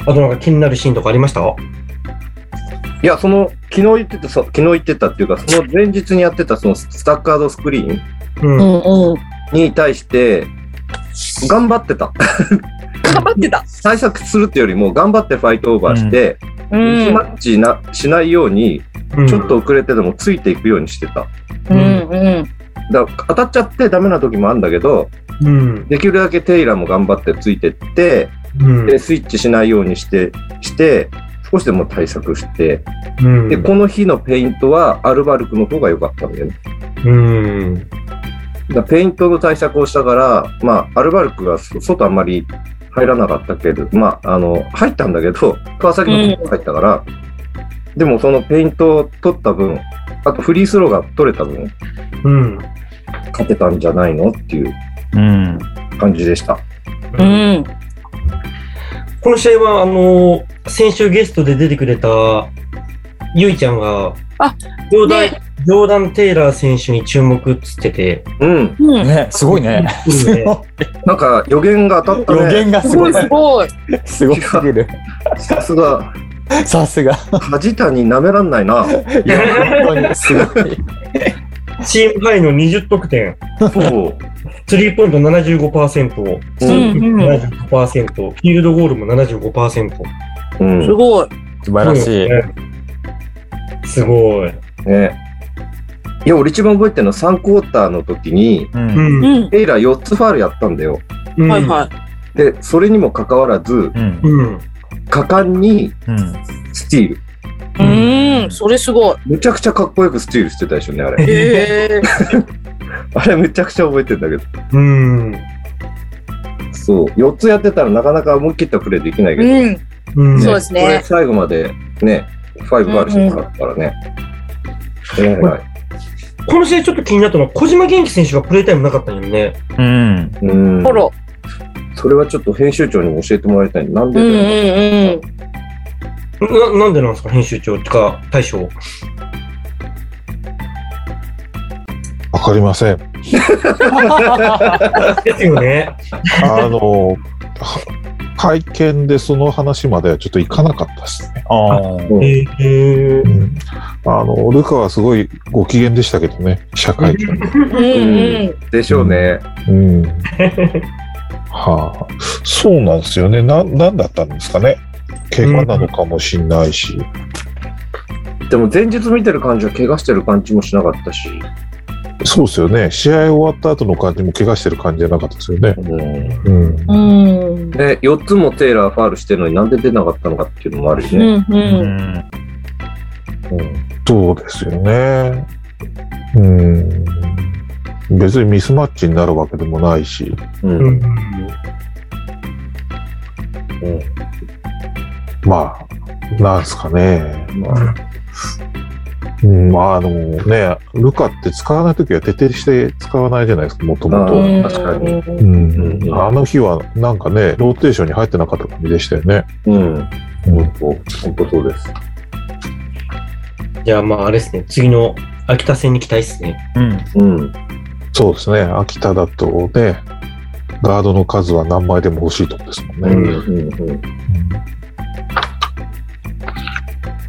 Speaker 1: あとなんか気になるシーンとかありました
Speaker 2: いや、その、昨日言ってた、そ昨日言ってたっていうか、その前日にやってたそのスタッカードスクリーン
Speaker 1: う。
Speaker 3: うんんうん。
Speaker 2: に対して、頑張ってた。
Speaker 3: 頑張ってた。
Speaker 2: 対策するっていうよりも、頑張ってファイトオーバーして、
Speaker 3: う
Speaker 2: ミスマッチなしないように、
Speaker 1: うん
Speaker 2: ちょっと遅れてでもついていくようにしてた。
Speaker 3: うんうん。
Speaker 2: だから当たっちゃってダメな時もあるんだけど、
Speaker 1: うん。
Speaker 2: できるだけテイラーも頑張ってついてって、
Speaker 1: うん。
Speaker 2: で、スイッチしないようにして、して、少しでも対策して、
Speaker 1: うん
Speaker 2: で、この日のペイントはアルバルクの方が良かったんだよね。
Speaker 1: うん。
Speaker 2: だからペイントの対策をしたから、まあ、アルバルクがそ外あんまり入らなかったけど、まあ、あの、入ったんだけど、川崎の方が入ったから、でもそのペイントを取った分、あとフリースローが取れた分、
Speaker 1: うん。
Speaker 2: 勝てたんじゃないのっていう
Speaker 5: うん。
Speaker 2: 感じでした。
Speaker 3: うん。
Speaker 1: この試合は、あのー先週ゲストで出てくれた、ゆいちゃんが、
Speaker 3: あ
Speaker 1: ジョーダン、
Speaker 3: ね
Speaker 1: ジョーダン・テイラー選手に注目っつってて、
Speaker 2: うん。
Speaker 3: うん。
Speaker 5: ね、すごいね。
Speaker 1: すごいね
Speaker 2: なんか予言が当たった
Speaker 5: 予
Speaker 2: ね。
Speaker 5: 言がす
Speaker 3: す
Speaker 5: ご
Speaker 3: ご
Speaker 5: い
Speaker 3: い。すごい。
Speaker 5: すごすぎる。
Speaker 2: さすが、
Speaker 5: さすが。
Speaker 2: 梶谷舐めらんないな。
Speaker 5: いや、本当にすごい。
Speaker 1: チームハイの20得点、
Speaker 2: そう。
Speaker 1: スリーポイント75%、
Speaker 2: う
Speaker 1: スリ
Speaker 2: ん
Speaker 1: ーポイント75%、フィールドゴールも75%。
Speaker 2: う
Speaker 3: す
Speaker 2: ん。
Speaker 3: ごい。
Speaker 5: 素晴らしい。
Speaker 1: い。すごい。
Speaker 2: ね。いや、俺一番覚えてるのは3クォーターの時に、
Speaker 5: う。
Speaker 1: うんん。
Speaker 3: うん。
Speaker 2: エイラー4つファールやったんだよ。
Speaker 1: うん
Speaker 3: はいは
Speaker 2: で、それにもかかわらず、
Speaker 5: うん。
Speaker 1: うん。
Speaker 2: 果敢に
Speaker 5: うん。
Speaker 2: スチール。
Speaker 3: い。うん。それすごい。
Speaker 2: むちゃくちゃかっこよくスチールしてたでしょうね、あれ。
Speaker 3: へえ。
Speaker 2: あれむちゃくちゃ覚えてんだけど。
Speaker 1: うん。
Speaker 2: そう。4つやってたらなかなか思い切ったプレーできないけど、
Speaker 3: うん。
Speaker 1: うん。
Speaker 3: そうですね
Speaker 2: これ最後までね、5ファールしてたからね。えらい
Speaker 1: この試合ちょっと気になったのは、小島元気選手がプレータイムなかったんよね。
Speaker 5: うん。
Speaker 2: うん
Speaker 3: ほら。
Speaker 2: それはちょっと編集長に教えてもらいたい。なん
Speaker 3: う
Speaker 2: で
Speaker 3: ん
Speaker 2: だ
Speaker 3: うん
Speaker 2: よ
Speaker 3: うん。
Speaker 1: ななんでなんですか、編集長ってか、大将。
Speaker 4: わかりません。
Speaker 1: ですよね。
Speaker 4: あの、は会見でその話まではちょっといかなかったですね。
Speaker 5: あ
Speaker 2: うん
Speaker 1: えー
Speaker 4: うんあの、ルカはすごいご機嫌でしたけどね、社会人。
Speaker 3: うん
Speaker 2: でしょうね。
Speaker 4: うん。はあ、そうなんですよね。な、なんだったんですかね。怪我なのかもしんないし。
Speaker 2: でも前日見てる感じは怪我してる感じもしなかったし、
Speaker 4: そうですよね。試合終わった後の感じも怪我してる感じじゃなかったですよね。
Speaker 2: うん、
Speaker 4: うん。
Speaker 3: うん。うん。
Speaker 2: で4つもテイラーファールしてるのになんで出なかったのかっていうのもあるよ
Speaker 3: う
Speaker 2: ね、
Speaker 3: ん
Speaker 5: う
Speaker 3: うん。
Speaker 5: ん。
Speaker 4: うんそうですよね。うん。別にミスマッチになるわけでもないし。
Speaker 2: うん
Speaker 1: うん
Speaker 4: まあ、なんですかね。
Speaker 2: まあ
Speaker 4: うん、まあ、あのね、ルカって使わないときは徹底して使わないじゃないですか、もとも
Speaker 2: う
Speaker 4: と。
Speaker 2: ん確かに
Speaker 4: う
Speaker 3: に。
Speaker 4: ん、あの日はなんかね、ローテーションに入ってなかった感じでしたよね。
Speaker 2: うん、
Speaker 4: うん、
Speaker 2: 本当本当そうです。
Speaker 1: じゃあ、まあ、あれですね、次の秋田戦に期待ですね。
Speaker 5: うん。
Speaker 2: うん、
Speaker 4: そうですね、秋田だとね、ガードの数は何枚でも欲しいとこですもんね。
Speaker 2: うんうんうん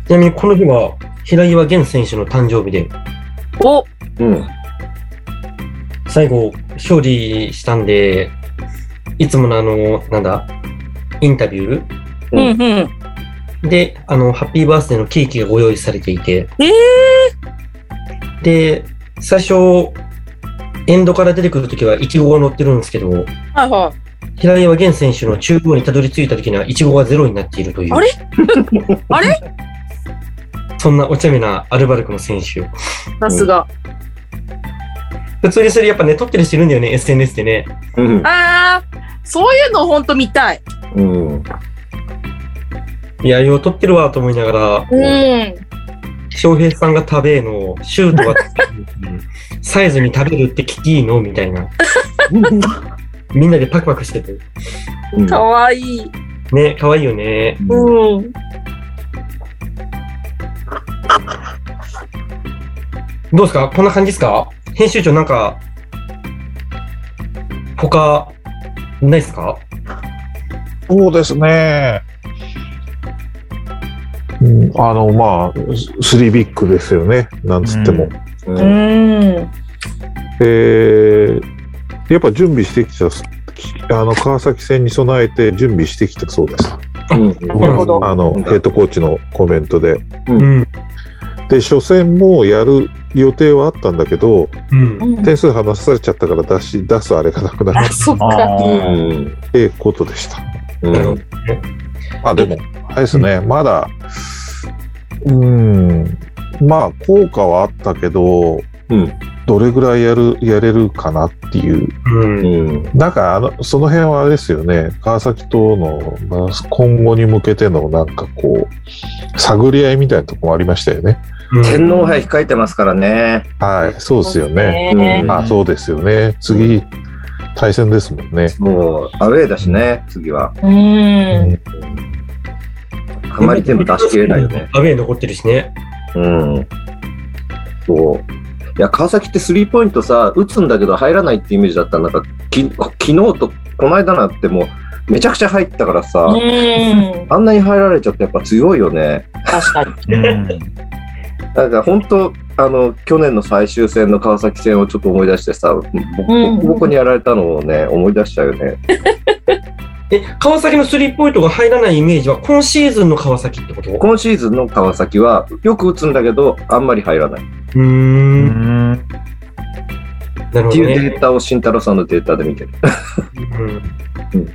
Speaker 1: ちなみにこの日は、平岩源選手の誕生日で、
Speaker 3: お
Speaker 2: うん
Speaker 1: 最後、勝利したんで、いつものあの、なんだ、インタビュ
Speaker 3: う
Speaker 2: うんん
Speaker 3: うん。
Speaker 1: ーで、あの、ハッピーバースデーのケーキがご用意されていて、
Speaker 3: ええ
Speaker 1: で、最初、エンドから出てくるときは、イチゴが乗ってるんですけど、
Speaker 3: はいは
Speaker 1: 平岩源選手の中央にたどり着いたときには、イチゴがゼロになっているという。
Speaker 3: あれ あれ
Speaker 1: そんなお茶目なアルバルクの選手。
Speaker 3: い。さすが。
Speaker 1: 普通にそれやっぱね、撮ってる人いるんだよね、SNS でね。
Speaker 2: うん
Speaker 3: ああ、そういうのほんと見たい。
Speaker 2: うん
Speaker 1: いや、よう撮ってるわと思いながら、
Speaker 3: うん。
Speaker 1: 翔平さんが食べーの、シュートがサイズに食べるって聞きいいのみたいな。みんなでパクパクしてて。
Speaker 2: うん
Speaker 3: かわいい。
Speaker 1: ね、可愛いよね。
Speaker 3: うん。
Speaker 1: どうですかこんな感じですか編集長なんか、他、ないですか
Speaker 4: そうですね。うんあの、まあ、スリービッグですよね。なんつっても。
Speaker 5: うん
Speaker 2: うん
Speaker 3: ん。
Speaker 4: えーやっぱ準備してきたす、きあの、川崎戦に備えて準備してきたそうです。
Speaker 2: うん
Speaker 3: なるほど
Speaker 4: あの、
Speaker 2: うん
Speaker 4: ヘッドコーチのコメントで。
Speaker 1: うん。
Speaker 4: で、初戦もやる予定はあったんだけど、
Speaker 1: うん。
Speaker 3: うん、
Speaker 4: 点数離されちゃったから出し、出すあれがなくなる
Speaker 3: あ、そっか。
Speaker 5: あ
Speaker 2: う
Speaker 5: ー
Speaker 2: ん
Speaker 4: っていうことでした。
Speaker 2: うん
Speaker 4: まあでも、あれですね、まだ、うーん、まあ効果はあったけど、
Speaker 2: うん
Speaker 4: どれぐらいやる、やれるかなっていう。
Speaker 1: うん。
Speaker 2: うん
Speaker 4: なんか、あの、その辺はあれですよね、川崎との、まあ今後に向けての、なんかこう、探り合いみたいなとこもありましたよね。
Speaker 2: 天皇杯控えてますからね。
Speaker 4: はい、そうですよね。
Speaker 2: ね
Speaker 4: あ、そうですよね。次、対戦ですもんね。
Speaker 2: もうアウェーだしね、次は。
Speaker 3: うん。
Speaker 2: あまり全部出し切れないよね。。
Speaker 1: アウェイ残ってるしね。
Speaker 2: うん。そう。いや、川崎ってスリーポイントさ、打つんだけど入らないってイメージだったなんか、き昨日とこの間なってもうめちゃくちゃ入ったからさ、
Speaker 3: うん。
Speaker 2: あんなに入られちゃってやっぱ強いよね。
Speaker 3: 確かに。
Speaker 5: うん
Speaker 2: だから本当、あの、去年の最終戦の川崎戦をちょっと思い出してさ、ボ
Speaker 3: うん
Speaker 2: コボコにやられたのをね、思い出しちゃうよね。
Speaker 1: え、川崎のスリーポイントが入らないイメージは、今シーズンの川崎ってことう
Speaker 2: 今シーズンの川崎はよく打つんだけど、あんまり入らない。
Speaker 1: ー。
Speaker 5: うんん
Speaker 1: なる
Speaker 2: っ
Speaker 1: ほど
Speaker 2: ていう
Speaker 1: ね。
Speaker 2: データを慎太郎さんのデータで見てる。
Speaker 1: うん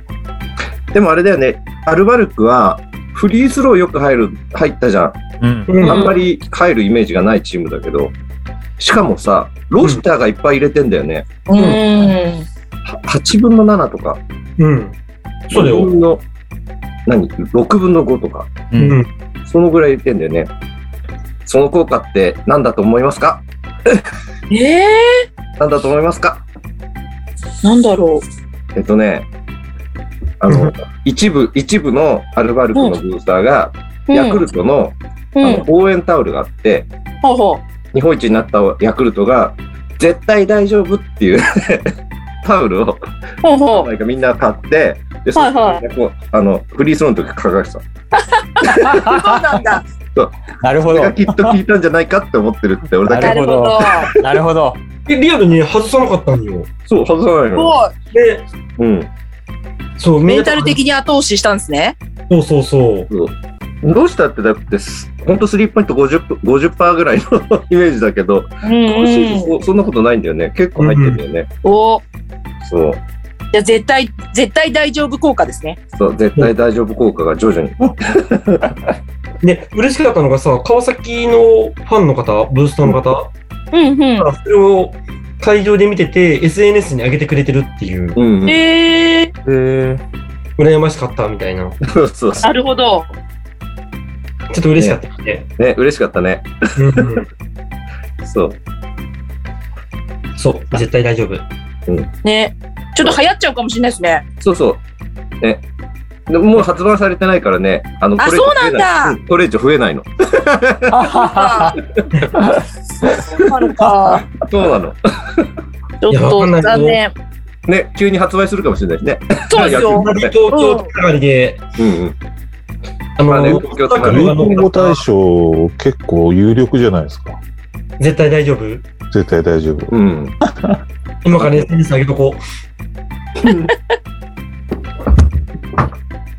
Speaker 2: でもあれだよね、アルバルクはフリースローよく入る入ったじゃん。
Speaker 5: うん
Speaker 1: うん
Speaker 2: あんまり入るイメージがないチームだけど、しかもさ、ロスターがいっぱい入れてんだよね。
Speaker 3: うん。
Speaker 2: は8分の7とか、
Speaker 1: うん。そうだ
Speaker 2: 5
Speaker 1: よ。
Speaker 2: 分の何 ?6 分の5とか、
Speaker 5: う
Speaker 1: うんん。
Speaker 2: そのぐらい入れてんだよね。その効果って何だと思いますか
Speaker 3: ええ
Speaker 2: 何だと思いますか
Speaker 3: ー、なんだろ
Speaker 2: えっとね、あ
Speaker 1: う
Speaker 2: の
Speaker 1: ん、
Speaker 2: 一部、一部のアルバルクのブースターが、
Speaker 3: う。
Speaker 2: ヤクルトの,、
Speaker 3: う
Speaker 2: あ
Speaker 3: ん。
Speaker 2: の応援タオルがあって、
Speaker 3: ほうほ
Speaker 2: 日本一になったヤクルトが絶対大丈夫っていう タオルを
Speaker 3: う。ほうほう。
Speaker 2: なんかみんな買ってでそ
Speaker 3: はい
Speaker 2: れ
Speaker 3: はい
Speaker 2: こうあのフリースローの時輝かれてた
Speaker 3: そうなんだ。
Speaker 5: なる
Speaker 2: そ
Speaker 5: ほ
Speaker 2: れ
Speaker 5: ど。
Speaker 2: がきっと効いたんじゃないかって思ってるって俺だ
Speaker 5: な
Speaker 3: な
Speaker 2: け
Speaker 5: る
Speaker 3: る
Speaker 5: ほ
Speaker 3: ほ
Speaker 5: ど
Speaker 3: ど。
Speaker 5: なるほど。
Speaker 1: え、リアルに外さなかったんよ。
Speaker 2: そう外さない
Speaker 3: す
Speaker 2: の
Speaker 3: ごい。
Speaker 1: で、
Speaker 2: うん
Speaker 1: そう、
Speaker 3: メンタル。的に後押ししたんですね。
Speaker 1: そうそうそう。
Speaker 2: そうどうしたってだってすほんとスリーポイント 50%, 50ぐらいの イメージだけど、
Speaker 3: う
Speaker 2: 今シーズン
Speaker 3: ん。
Speaker 2: そそんなことないんだよね結構入ってるんだよね、
Speaker 3: お、
Speaker 2: そう
Speaker 3: じゃあ絶対絶対大丈夫効果ですね。
Speaker 2: そう絶対大丈夫効果が徐々に
Speaker 1: で、嬉しかったのがさ、川崎のファンの方、ブースターの方、
Speaker 3: うんう
Speaker 1: それを会場で見てて、SNS に上げてくれてるっていう、
Speaker 2: うん、うん、
Speaker 3: ええー、
Speaker 5: え
Speaker 1: 羨ましかったみたいな。ちょ
Speaker 2: そうそうそ
Speaker 3: なるほど。
Speaker 1: っと嬉しかったね。
Speaker 2: うね嬉しかったね
Speaker 1: うんうん
Speaker 2: そう
Speaker 1: そう、絶対大丈夫。
Speaker 3: ね。ちょっと流行っちゃうかもしれないですね。
Speaker 2: そうそう。ね。でももう発売されてないからね。あの
Speaker 3: あ
Speaker 2: これ以上
Speaker 3: そうなんだ
Speaker 2: 増えいうんこれ以上増えないの。
Speaker 5: ー。
Speaker 3: そうなのか。
Speaker 2: そうなの。
Speaker 3: ちょっ
Speaker 1: いやわかんないけど
Speaker 3: と残念。
Speaker 2: ね、急に発売するかもしれないしね。
Speaker 3: そうですよ。
Speaker 1: 同じ東京つながりで、
Speaker 2: うんうん。
Speaker 1: あ
Speaker 2: まあね
Speaker 1: の、
Speaker 2: 東京つながり
Speaker 4: 流
Speaker 1: あ
Speaker 4: 行
Speaker 1: の
Speaker 4: 語大賞結構有力じゃないですか。
Speaker 1: 絶対大丈夫
Speaker 4: 絶対大丈夫。
Speaker 2: うん。
Speaker 1: 今から SNS 上げとこう。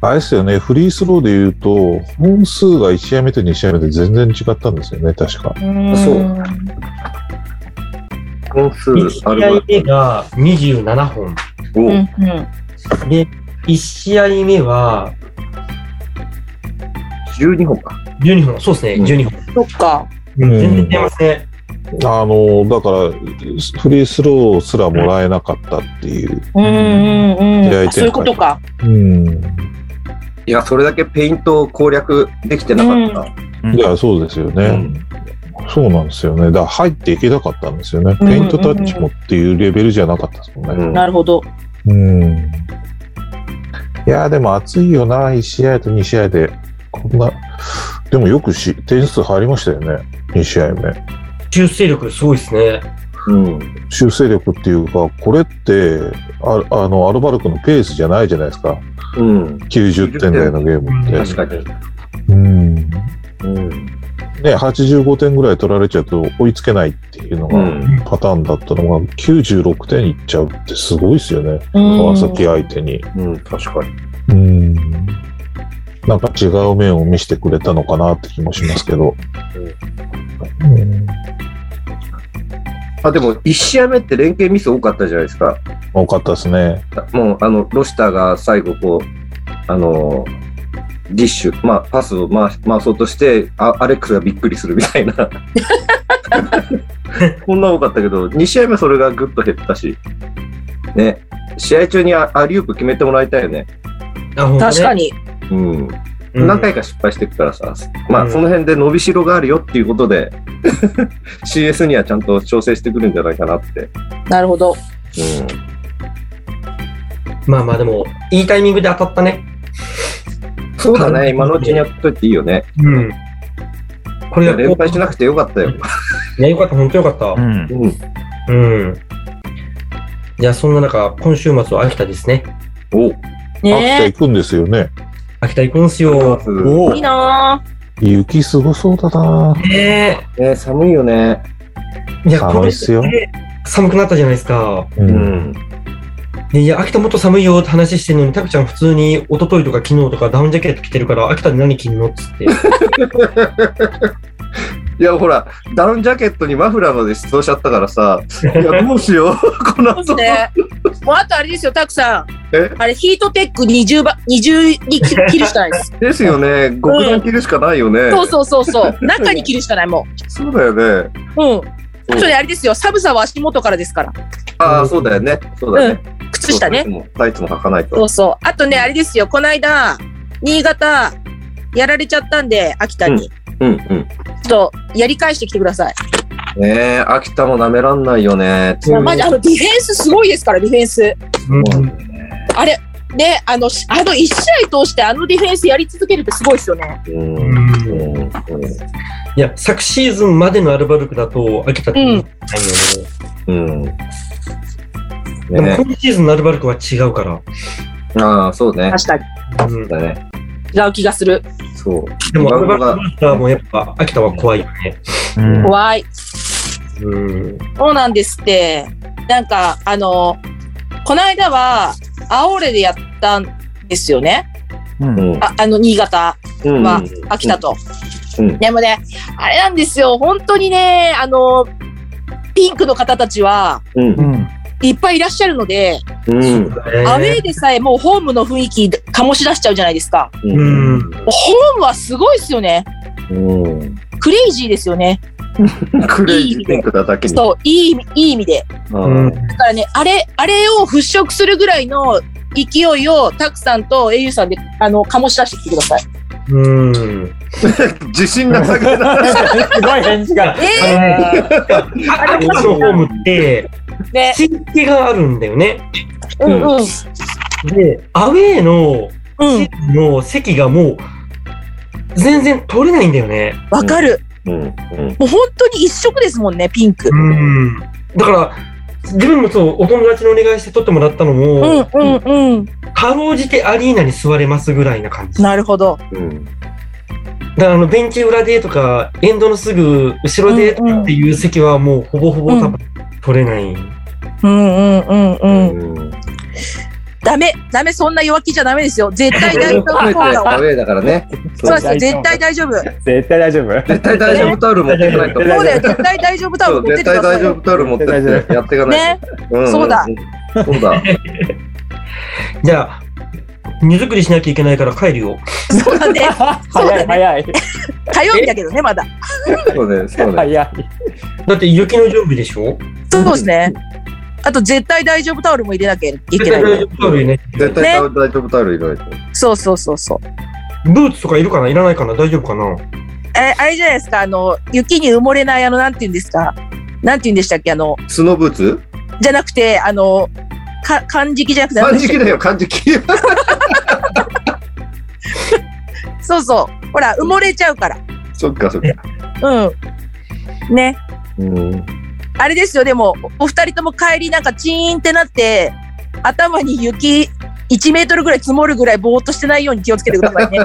Speaker 4: あれですよね、フリースローで言うと、本数が1試合目と2試合目で全然違ったんですよね、確か。
Speaker 2: そう
Speaker 3: うん。
Speaker 2: 本数
Speaker 1: 1
Speaker 2: あ
Speaker 1: 試
Speaker 2: る
Speaker 1: 合目が27本。
Speaker 2: お
Speaker 3: うんう。
Speaker 2: うん
Speaker 1: で、1試合目は
Speaker 2: 12本か。
Speaker 1: 12本。そうですね、
Speaker 2: うん
Speaker 1: 12本。
Speaker 3: そっか。
Speaker 1: うん
Speaker 4: うん
Speaker 1: 全然違いますね。
Speaker 4: あの、だから、フリースローすらもらえなかったっていう。
Speaker 3: うんうんうん
Speaker 4: 開いてる
Speaker 3: あそういうことか。
Speaker 4: うん。
Speaker 2: いや、それだけペイントを攻略できてなかった。
Speaker 4: いや、そうですよね。そうなんですよね。だから入っていけなかったんですよね。
Speaker 3: うんうん
Speaker 4: ペイントタッチもっていうレベルじゃなかったですもんね。
Speaker 3: なるほど。
Speaker 4: うん。いやー、でも熱いよな、1試合と2試合で。こんな、でもよくし点数入りましたよね、2試合目。
Speaker 1: 修正力すごいですね。
Speaker 2: うん。
Speaker 4: 修正力っていうか、これって、ああの、アルバルクのペースじゃないじゃないですか。
Speaker 2: うん。
Speaker 4: 90点台のゲームって。
Speaker 2: 確かに。
Speaker 4: うん。
Speaker 2: うん。
Speaker 4: ね、85点ぐらい取られちゃうと追いつけないっていうの
Speaker 2: う
Speaker 4: が
Speaker 2: ん。
Speaker 4: パターンだったのが、96点いっちゃうってすごいですよね。
Speaker 3: うん
Speaker 4: 川崎相手に。
Speaker 2: うん。確かに。
Speaker 4: うん。なんか違う面を見せてくれたのかなって気もしますけど。うん。
Speaker 2: あ、でも、1試合目って連携ミス多かったじゃないですか。
Speaker 4: 多かったですね。
Speaker 2: もう、あの、ロシターが最後、こう、あの、ディッシュ、まあ、パスを回し回そうとしてあ、アレックスがびっくりするみた いな。こんな多かったけど、2試合目それがぐっと減ったし、ね、試合中にアアリウープ決めてもらいたいよね。
Speaker 1: あほんとね
Speaker 3: 確かに。
Speaker 2: うん。
Speaker 1: うん
Speaker 2: 何回か失敗していくからさ、
Speaker 1: う
Speaker 2: まあ、
Speaker 1: ん
Speaker 2: その辺で伸びしろがあるよっていうことで、CS にはちゃんと調整してくるんじゃないかなって。
Speaker 3: なるほど。
Speaker 1: まあまあでも、いいタイミングで当たったね。
Speaker 2: うん、そうだね、今のうちにやっといていいよね。
Speaker 1: うん。これが
Speaker 2: 連敗しなくてよかったよ。
Speaker 1: いや、よかった、本当よかった。
Speaker 5: うん
Speaker 2: うん
Speaker 1: うん。じゃあ、そんな中、今週末は秋田ですね。
Speaker 2: お
Speaker 4: 秋田
Speaker 3: ね
Speaker 4: 行くんですよね。
Speaker 1: 秋田行くんですよ。
Speaker 5: お
Speaker 3: え。いいな
Speaker 4: 雪すごそうだな
Speaker 1: ね
Speaker 2: ね、寒いよね。
Speaker 1: え。いや、こ
Speaker 4: 寒い
Speaker 1: れ
Speaker 4: っすよ。
Speaker 1: 寒くなったじゃないですか。
Speaker 4: う。
Speaker 2: うんん。
Speaker 1: でいや、秋田もっと寒いよって話してるのに、タクちゃん普通に一昨日とか昨日とかダウンジャケット着てるから、秋田で何着んのっつ って。
Speaker 2: いや、ほら、ダウンジャケットにマフラーまで出動しちゃったからさ、いや、どうしよう、 この
Speaker 3: ぁ。そう
Speaker 2: 後。
Speaker 3: ですね。もうあとあれですよ、たくさん。
Speaker 2: え
Speaker 3: あれ、ヒートテック20ば20に切る切るしかないです。
Speaker 2: ですよね、極暖着るしかないよね。
Speaker 3: そうそうそうそう。中に切るしかない、も
Speaker 2: そうだよね。
Speaker 3: う。うん。あとね、あれですよ、寒さは足元からですから。
Speaker 2: ああ、そうだよね。そうだね。
Speaker 3: 靴下ね。。
Speaker 2: タイツも履かない
Speaker 3: そ
Speaker 2: と。
Speaker 3: うそう。あとね、あれですよ、この間、新潟、やられちゃったんで、秋田に。
Speaker 2: うんうん。
Speaker 3: ちょっと、やり返してきてください。
Speaker 2: ねえ、秋田も舐めらんないよね。
Speaker 1: うん
Speaker 3: まず、あの、ディフェンスすごいですから、ディフェンス。
Speaker 1: うん
Speaker 3: あれ、ね、あの、しあの、1試合通して、あのディフェンスやり続けるってすごいですよね。
Speaker 2: うん。
Speaker 1: う
Speaker 2: うん
Speaker 1: んいや、昨シーズンまでのアルバルクだと、秋田って言いたいよね。
Speaker 2: うん。ね
Speaker 1: でも、今シーズンのアルバルクは違うから。
Speaker 2: ああ、そうね。
Speaker 3: 確かに。
Speaker 1: うん、
Speaker 2: だね。
Speaker 3: 違う気がする。
Speaker 2: そう。
Speaker 1: でも、アル
Speaker 2: リバウンドが
Speaker 1: バルクはもうやっぱ、秋田は怖いよね。
Speaker 5: うん
Speaker 3: 怖い。
Speaker 1: うん。
Speaker 3: そうなんですって。なんか、あの、この間は、アオーレでやったんですよね。
Speaker 5: うん
Speaker 2: うん。
Speaker 3: ああの、新潟、
Speaker 2: うん
Speaker 3: は秋田と。
Speaker 2: うん
Speaker 3: でもね、あれなんですよ。本当にね、あの、ピンクの方たちは、
Speaker 2: うん。
Speaker 5: う
Speaker 2: うん
Speaker 5: ん
Speaker 3: いっぱいいらっしゃるので、
Speaker 2: うん。
Speaker 3: アウェーでさえもうホームの雰囲気醸し出しちゃうじゃないですか。
Speaker 2: う
Speaker 1: うん
Speaker 2: ん。
Speaker 3: ホームはすごいですよね。
Speaker 2: うん。
Speaker 3: クレイジーですよね。
Speaker 2: クレイジーピンクだだけに。
Speaker 3: そう、いい意味、いい意味で。
Speaker 1: うん
Speaker 2: ああ
Speaker 3: だからね、あれ、あれを払拭するぐらいの勢いを、たくさんと au さんで、あの、醸し出してきてください。
Speaker 1: うん。
Speaker 2: 自信なさげだな。
Speaker 5: すごい返事
Speaker 1: あ
Speaker 5: が。
Speaker 1: のね、秋田のホームって、
Speaker 3: ね。
Speaker 1: 地域があるんだよね。
Speaker 3: うんうん。うん。
Speaker 1: で、アウェーのチームの席がもう、全然取れないんだよね。
Speaker 3: わかる。
Speaker 2: うん。うん。
Speaker 3: もう本当に一色ですもんね、ピンク。
Speaker 1: うん。だから、自分もそう、お友達にお願いして撮ってもらったのも、
Speaker 3: うんうんうん。
Speaker 1: かろうじてアリーナに座れますぐらいな感じ。だか
Speaker 3: なるほど。
Speaker 2: うん。
Speaker 1: らあの、ベンチ裏でとか、エンドのすぐ後ろでとかっていう席はもうほぼほぼ多分取れない。
Speaker 3: うんうんうんうん。
Speaker 2: うん。
Speaker 3: ダメ、ダメ、そんな弱気じゃダメですよ。絶対大丈 夫。
Speaker 2: 含めてアウェーだからね。
Speaker 3: そうですよ、絶対大丈夫。そう
Speaker 5: 絶対大丈夫
Speaker 2: 絶対大丈夫タオル持ってないと。
Speaker 5: 絶対
Speaker 3: だよ、絶対大丈夫タオ
Speaker 2: そ
Speaker 3: ル
Speaker 2: う
Speaker 3: 持ってって
Speaker 2: 絶
Speaker 3: く
Speaker 2: 対
Speaker 3: ださ
Speaker 2: 大
Speaker 3: い
Speaker 2: 丈
Speaker 3: よ。
Speaker 2: 夫タオル持ってってやっていかない
Speaker 3: ね、
Speaker 2: と。ん
Speaker 3: そうだ。
Speaker 2: そうだ。
Speaker 1: じゃあ、荷造りしなきゃいけないから帰るよ。
Speaker 3: そうだね。そう
Speaker 5: 早
Speaker 3: だ
Speaker 5: い
Speaker 3: ね。
Speaker 5: 早い
Speaker 3: 火曜日だけどね、まだ。
Speaker 2: そうね。そうね。
Speaker 5: 早い
Speaker 1: だって雪の準備でしょ
Speaker 3: そうですね。あと、絶対大丈夫タオルも入れなきゃいけないよ。
Speaker 1: タオルいない
Speaker 2: 絶対大丈夫タオルいるわ
Speaker 3: そうそうそうそう。
Speaker 1: ブーツとかいるかないらないかな大丈夫かな
Speaker 3: え、あれじゃないですか、あの、雪に埋もれない、あの、なんて言うんですか。なんて言うんでしたっけ、あの、
Speaker 2: スノーブーツ
Speaker 3: じゃなくて、あの、か、漢字じゃなくてなん
Speaker 2: 漢
Speaker 3: でし
Speaker 2: 字
Speaker 3: たっ
Speaker 2: きだよ、漢字き。
Speaker 3: け、そうそう。ほら、埋もれちゃうから。
Speaker 2: そっかそっか。
Speaker 3: うん。ね。
Speaker 2: うん。
Speaker 3: あれですよ、でも、お二人とも帰り、なんかチーンってなって、頭に雪、1メートルぐらい積もるぐらいぼーっとしてないように気をつけてくださいね。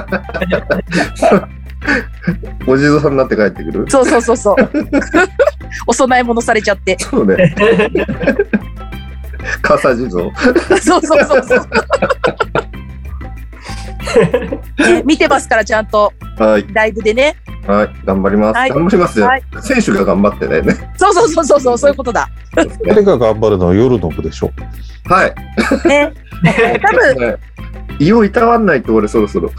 Speaker 2: お地蔵さんになって帰ってくる
Speaker 3: そうそうそうそう。お供え物されちゃって。
Speaker 2: そうね。 傘地蔵。
Speaker 3: そうそうそうそう。ね見てますから、ちゃんと、
Speaker 2: はい。
Speaker 3: ライブでね。
Speaker 2: はい。頑張ります。
Speaker 3: はい
Speaker 2: 頑張りますよ
Speaker 3: はい。
Speaker 2: 選手が頑張ってだよね。
Speaker 3: そうそうそうそうそう、そういうことだ。
Speaker 4: 彼が頑張るのは夜の部でしょ。
Speaker 2: はい。
Speaker 3: ね。多分、
Speaker 2: はい胃をいたわんないと俺そろそろ。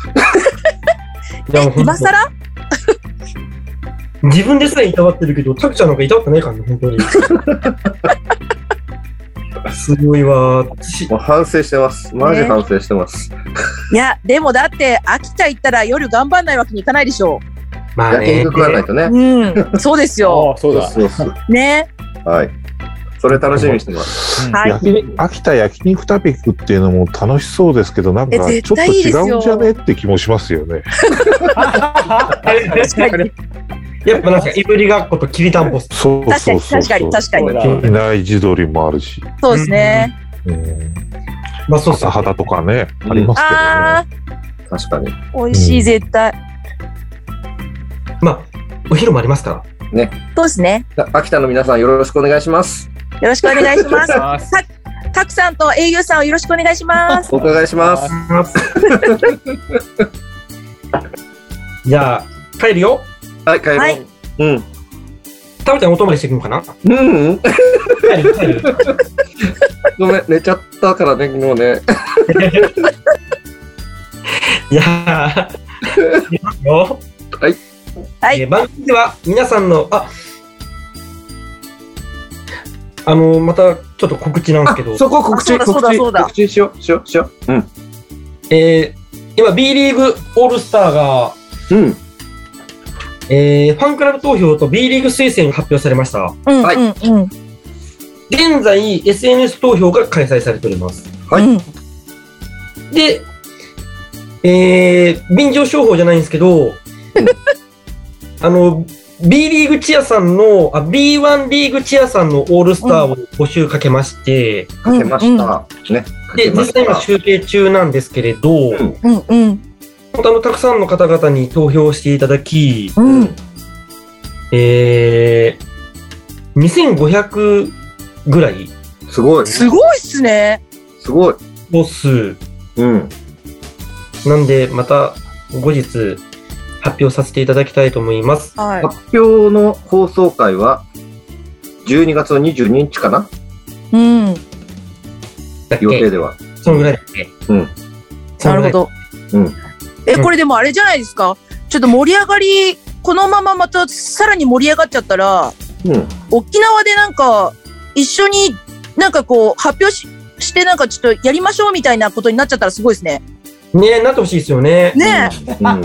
Speaker 1: いやもう
Speaker 3: 今
Speaker 1: 本当
Speaker 3: 更
Speaker 1: 自分でさえいたわってるけど、タクちゃんなんかいたわってないからね、本 当に。すごいわー。し
Speaker 2: もう反省してます。マジ反省してます。
Speaker 3: いや、でもだって、秋田行ったら夜頑張んないわけにいかないでしょ
Speaker 1: まあ
Speaker 2: 焼き
Speaker 1: ね
Speaker 2: 肉。食わないとね。
Speaker 3: う。うん、そうですよ。
Speaker 5: あそうだ
Speaker 2: そうそう
Speaker 3: ね。
Speaker 2: はい。それ楽しみにしてま す。
Speaker 3: はい
Speaker 4: 焼き秋田焼肉タピックっていうのも楽しそうですけど、なんか
Speaker 3: え
Speaker 4: ちょっ
Speaker 3: 絶
Speaker 4: と
Speaker 3: 対いいです
Speaker 4: 違
Speaker 3: よ
Speaker 4: うんじゃねって気もしますよね。
Speaker 3: 確かに。
Speaker 1: やっぱなんか、いぶりがっこときりたんぽっす。
Speaker 4: そう
Speaker 3: 確か
Speaker 4: そう
Speaker 3: に、
Speaker 4: そう
Speaker 3: 確か
Speaker 4: そ
Speaker 3: に、
Speaker 4: う。
Speaker 3: 確かに
Speaker 5: そう。だ
Speaker 4: いない自撮りもあるし、
Speaker 3: そうですね。
Speaker 4: うん、
Speaker 1: まあそうっす
Speaker 4: 朝。肌とかね、あります
Speaker 3: あ
Speaker 2: 確かに。
Speaker 3: ー、美味しい、絶対。
Speaker 1: まあ、お昼もありますから。
Speaker 3: そうですね。
Speaker 2: じゃあ秋田の皆さんよろしくお願いします。
Speaker 3: よろしくお願いします。
Speaker 5: ます
Speaker 3: たくさんと英雄さんをよろしくお願いします。
Speaker 2: お伺いします。
Speaker 1: じゃあ、帰るよ。
Speaker 2: はい、帰ろう。
Speaker 3: はい
Speaker 2: うん。
Speaker 1: タクちゃんお泊まりしてくのかな
Speaker 2: うんうん。
Speaker 1: 帰る、帰る。
Speaker 2: ごめん、寝ちゃったからね、昨日ね。
Speaker 1: いやー。いきますよ
Speaker 3: は
Speaker 1: え
Speaker 3: い。
Speaker 1: ー番組では皆さんのああのーまたちょっと告知なんですけど、
Speaker 2: そこ告知、
Speaker 3: あそうだ
Speaker 2: 告
Speaker 3: そうだそう
Speaker 2: 知、
Speaker 3: だ
Speaker 2: 告知しよう、しよう、しよう。うん。
Speaker 1: えー今 B リーグオールスターが、
Speaker 2: うん。
Speaker 1: えーファンクラブ投票と B リーグ推薦が発表されました
Speaker 3: うん、
Speaker 2: はい
Speaker 3: うん、うん。
Speaker 1: 現在 SNS 投票が開催されております
Speaker 2: はい
Speaker 3: うん。
Speaker 1: で、えー便乗商法じゃないんですけど、 あの、B リーグチアさんの、あ、B1 リーグチアさんのオールスターを募集かけまして、
Speaker 2: かけました。ね。か
Speaker 1: で、
Speaker 2: けま
Speaker 1: 実
Speaker 2: し
Speaker 1: 際今
Speaker 2: た。
Speaker 1: 集計中なんですけれど、
Speaker 2: ん
Speaker 3: うん、うん。
Speaker 1: 本当あの、たくさんの方々に投票していただき、
Speaker 3: うん。
Speaker 1: えー、2500ぐらい
Speaker 2: すごい。す
Speaker 3: すごいっすね。
Speaker 2: ごい。
Speaker 1: の数
Speaker 2: うん。
Speaker 1: なんで、また後日発表させていただきたいと思います。
Speaker 3: はい。
Speaker 2: 発表の放送回は、12月の22日かな
Speaker 3: うん。
Speaker 1: だっけ
Speaker 2: 予定では。
Speaker 1: そのぐらいだっけ
Speaker 2: うん。
Speaker 1: そ
Speaker 3: な
Speaker 1: の
Speaker 3: る
Speaker 1: ぐらい。
Speaker 3: ほど。
Speaker 2: うん
Speaker 3: え、
Speaker 1: うん
Speaker 3: これでもあれじゃないですか。ちょっと盛り上がり、このまままたさらに盛り上がっちゃったら、
Speaker 2: うん。
Speaker 3: 沖縄でなんか、一緒になんかこう、発表ししてなんかちょっとやりましょうみたいなことになっちゃったらすごいですね。
Speaker 1: ねえ、なってほしいですよ ね。
Speaker 3: ね
Speaker 2: うん。うん。
Speaker 1: う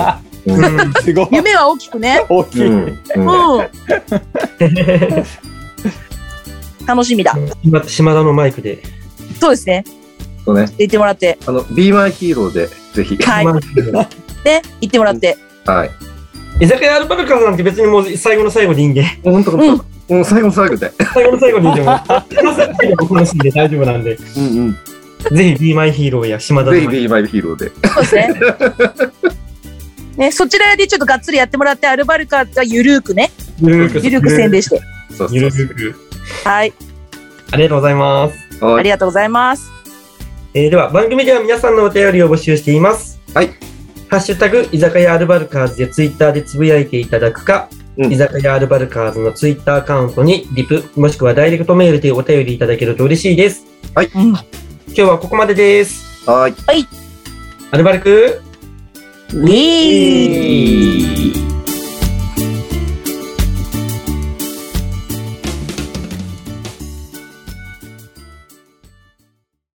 Speaker 1: ん
Speaker 5: すごい
Speaker 3: え、夢は大きくね。
Speaker 5: 大き
Speaker 2: う
Speaker 5: い
Speaker 2: ん。うん
Speaker 3: うん。 楽しみだ。
Speaker 1: 島島田のマイクで。
Speaker 3: そうですね。
Speaker 2: そうね。
Speaker 3: 言ってもらって。
Speaker 2: あの、ビーマイヒーローで、ぜひ。
Speaker 3: はい
Speaker 1: マイクで
Speaker 3: ね、言ってもらって。
Speaker 2: はい。
Speaker 1: 居酒屋アルパカさんって別にもう最後の最後でいいんで。
Speaker 2: 本当本うん、最後の最後で。
Speaker 1: 最後の最後にでも、最後の最後にお話しで大丈夫なんで、
Speaker 2: うんうん。ぜ
Speaker 1: ぜひ Be My Hero や島田の
Speaker 2: ひ、ビーマイヒーローで。
Speaker 3: そうですね。ね、そちらでちょっとがっつりやってもらって、アルバルカがゆるーくね、
Speaker 1: ゆるく、
Speaker 3: ゆるく宣伝して。
Speaker 2: そう
Speaker 1: ゆ
Speaker 2: そう
Speaker 1: る
Speaker 2: そう。
Speaker 1: く。
Speaker 3: はい、
Speaker 1: ありがとうございます。
Speaker 2: は
Speaker 3: あ
Speaker 2: い
Speaker 3: りがとうございます。
Speaker 1: えーでは番組では皆さんのお便りを募集しています。
Speaker 2: はい。
Speaker 1: ハッシュタグ居酒屋アルバルカーズでツイッターでつぶやいていただくか、
Speaker 2: うん
Speaker 1: 居酒屋アルバルカーズのツイッターアカウントにリプもしくはダイレクトメールでお便りいただけると嬉しいです。
Speaker 3: うん、
Speaker 1: 今日はここまでです。
Speaker 2: はい。
Speaker 1: アルバルク
Speaker 3: ウィー
Speaker 2: いい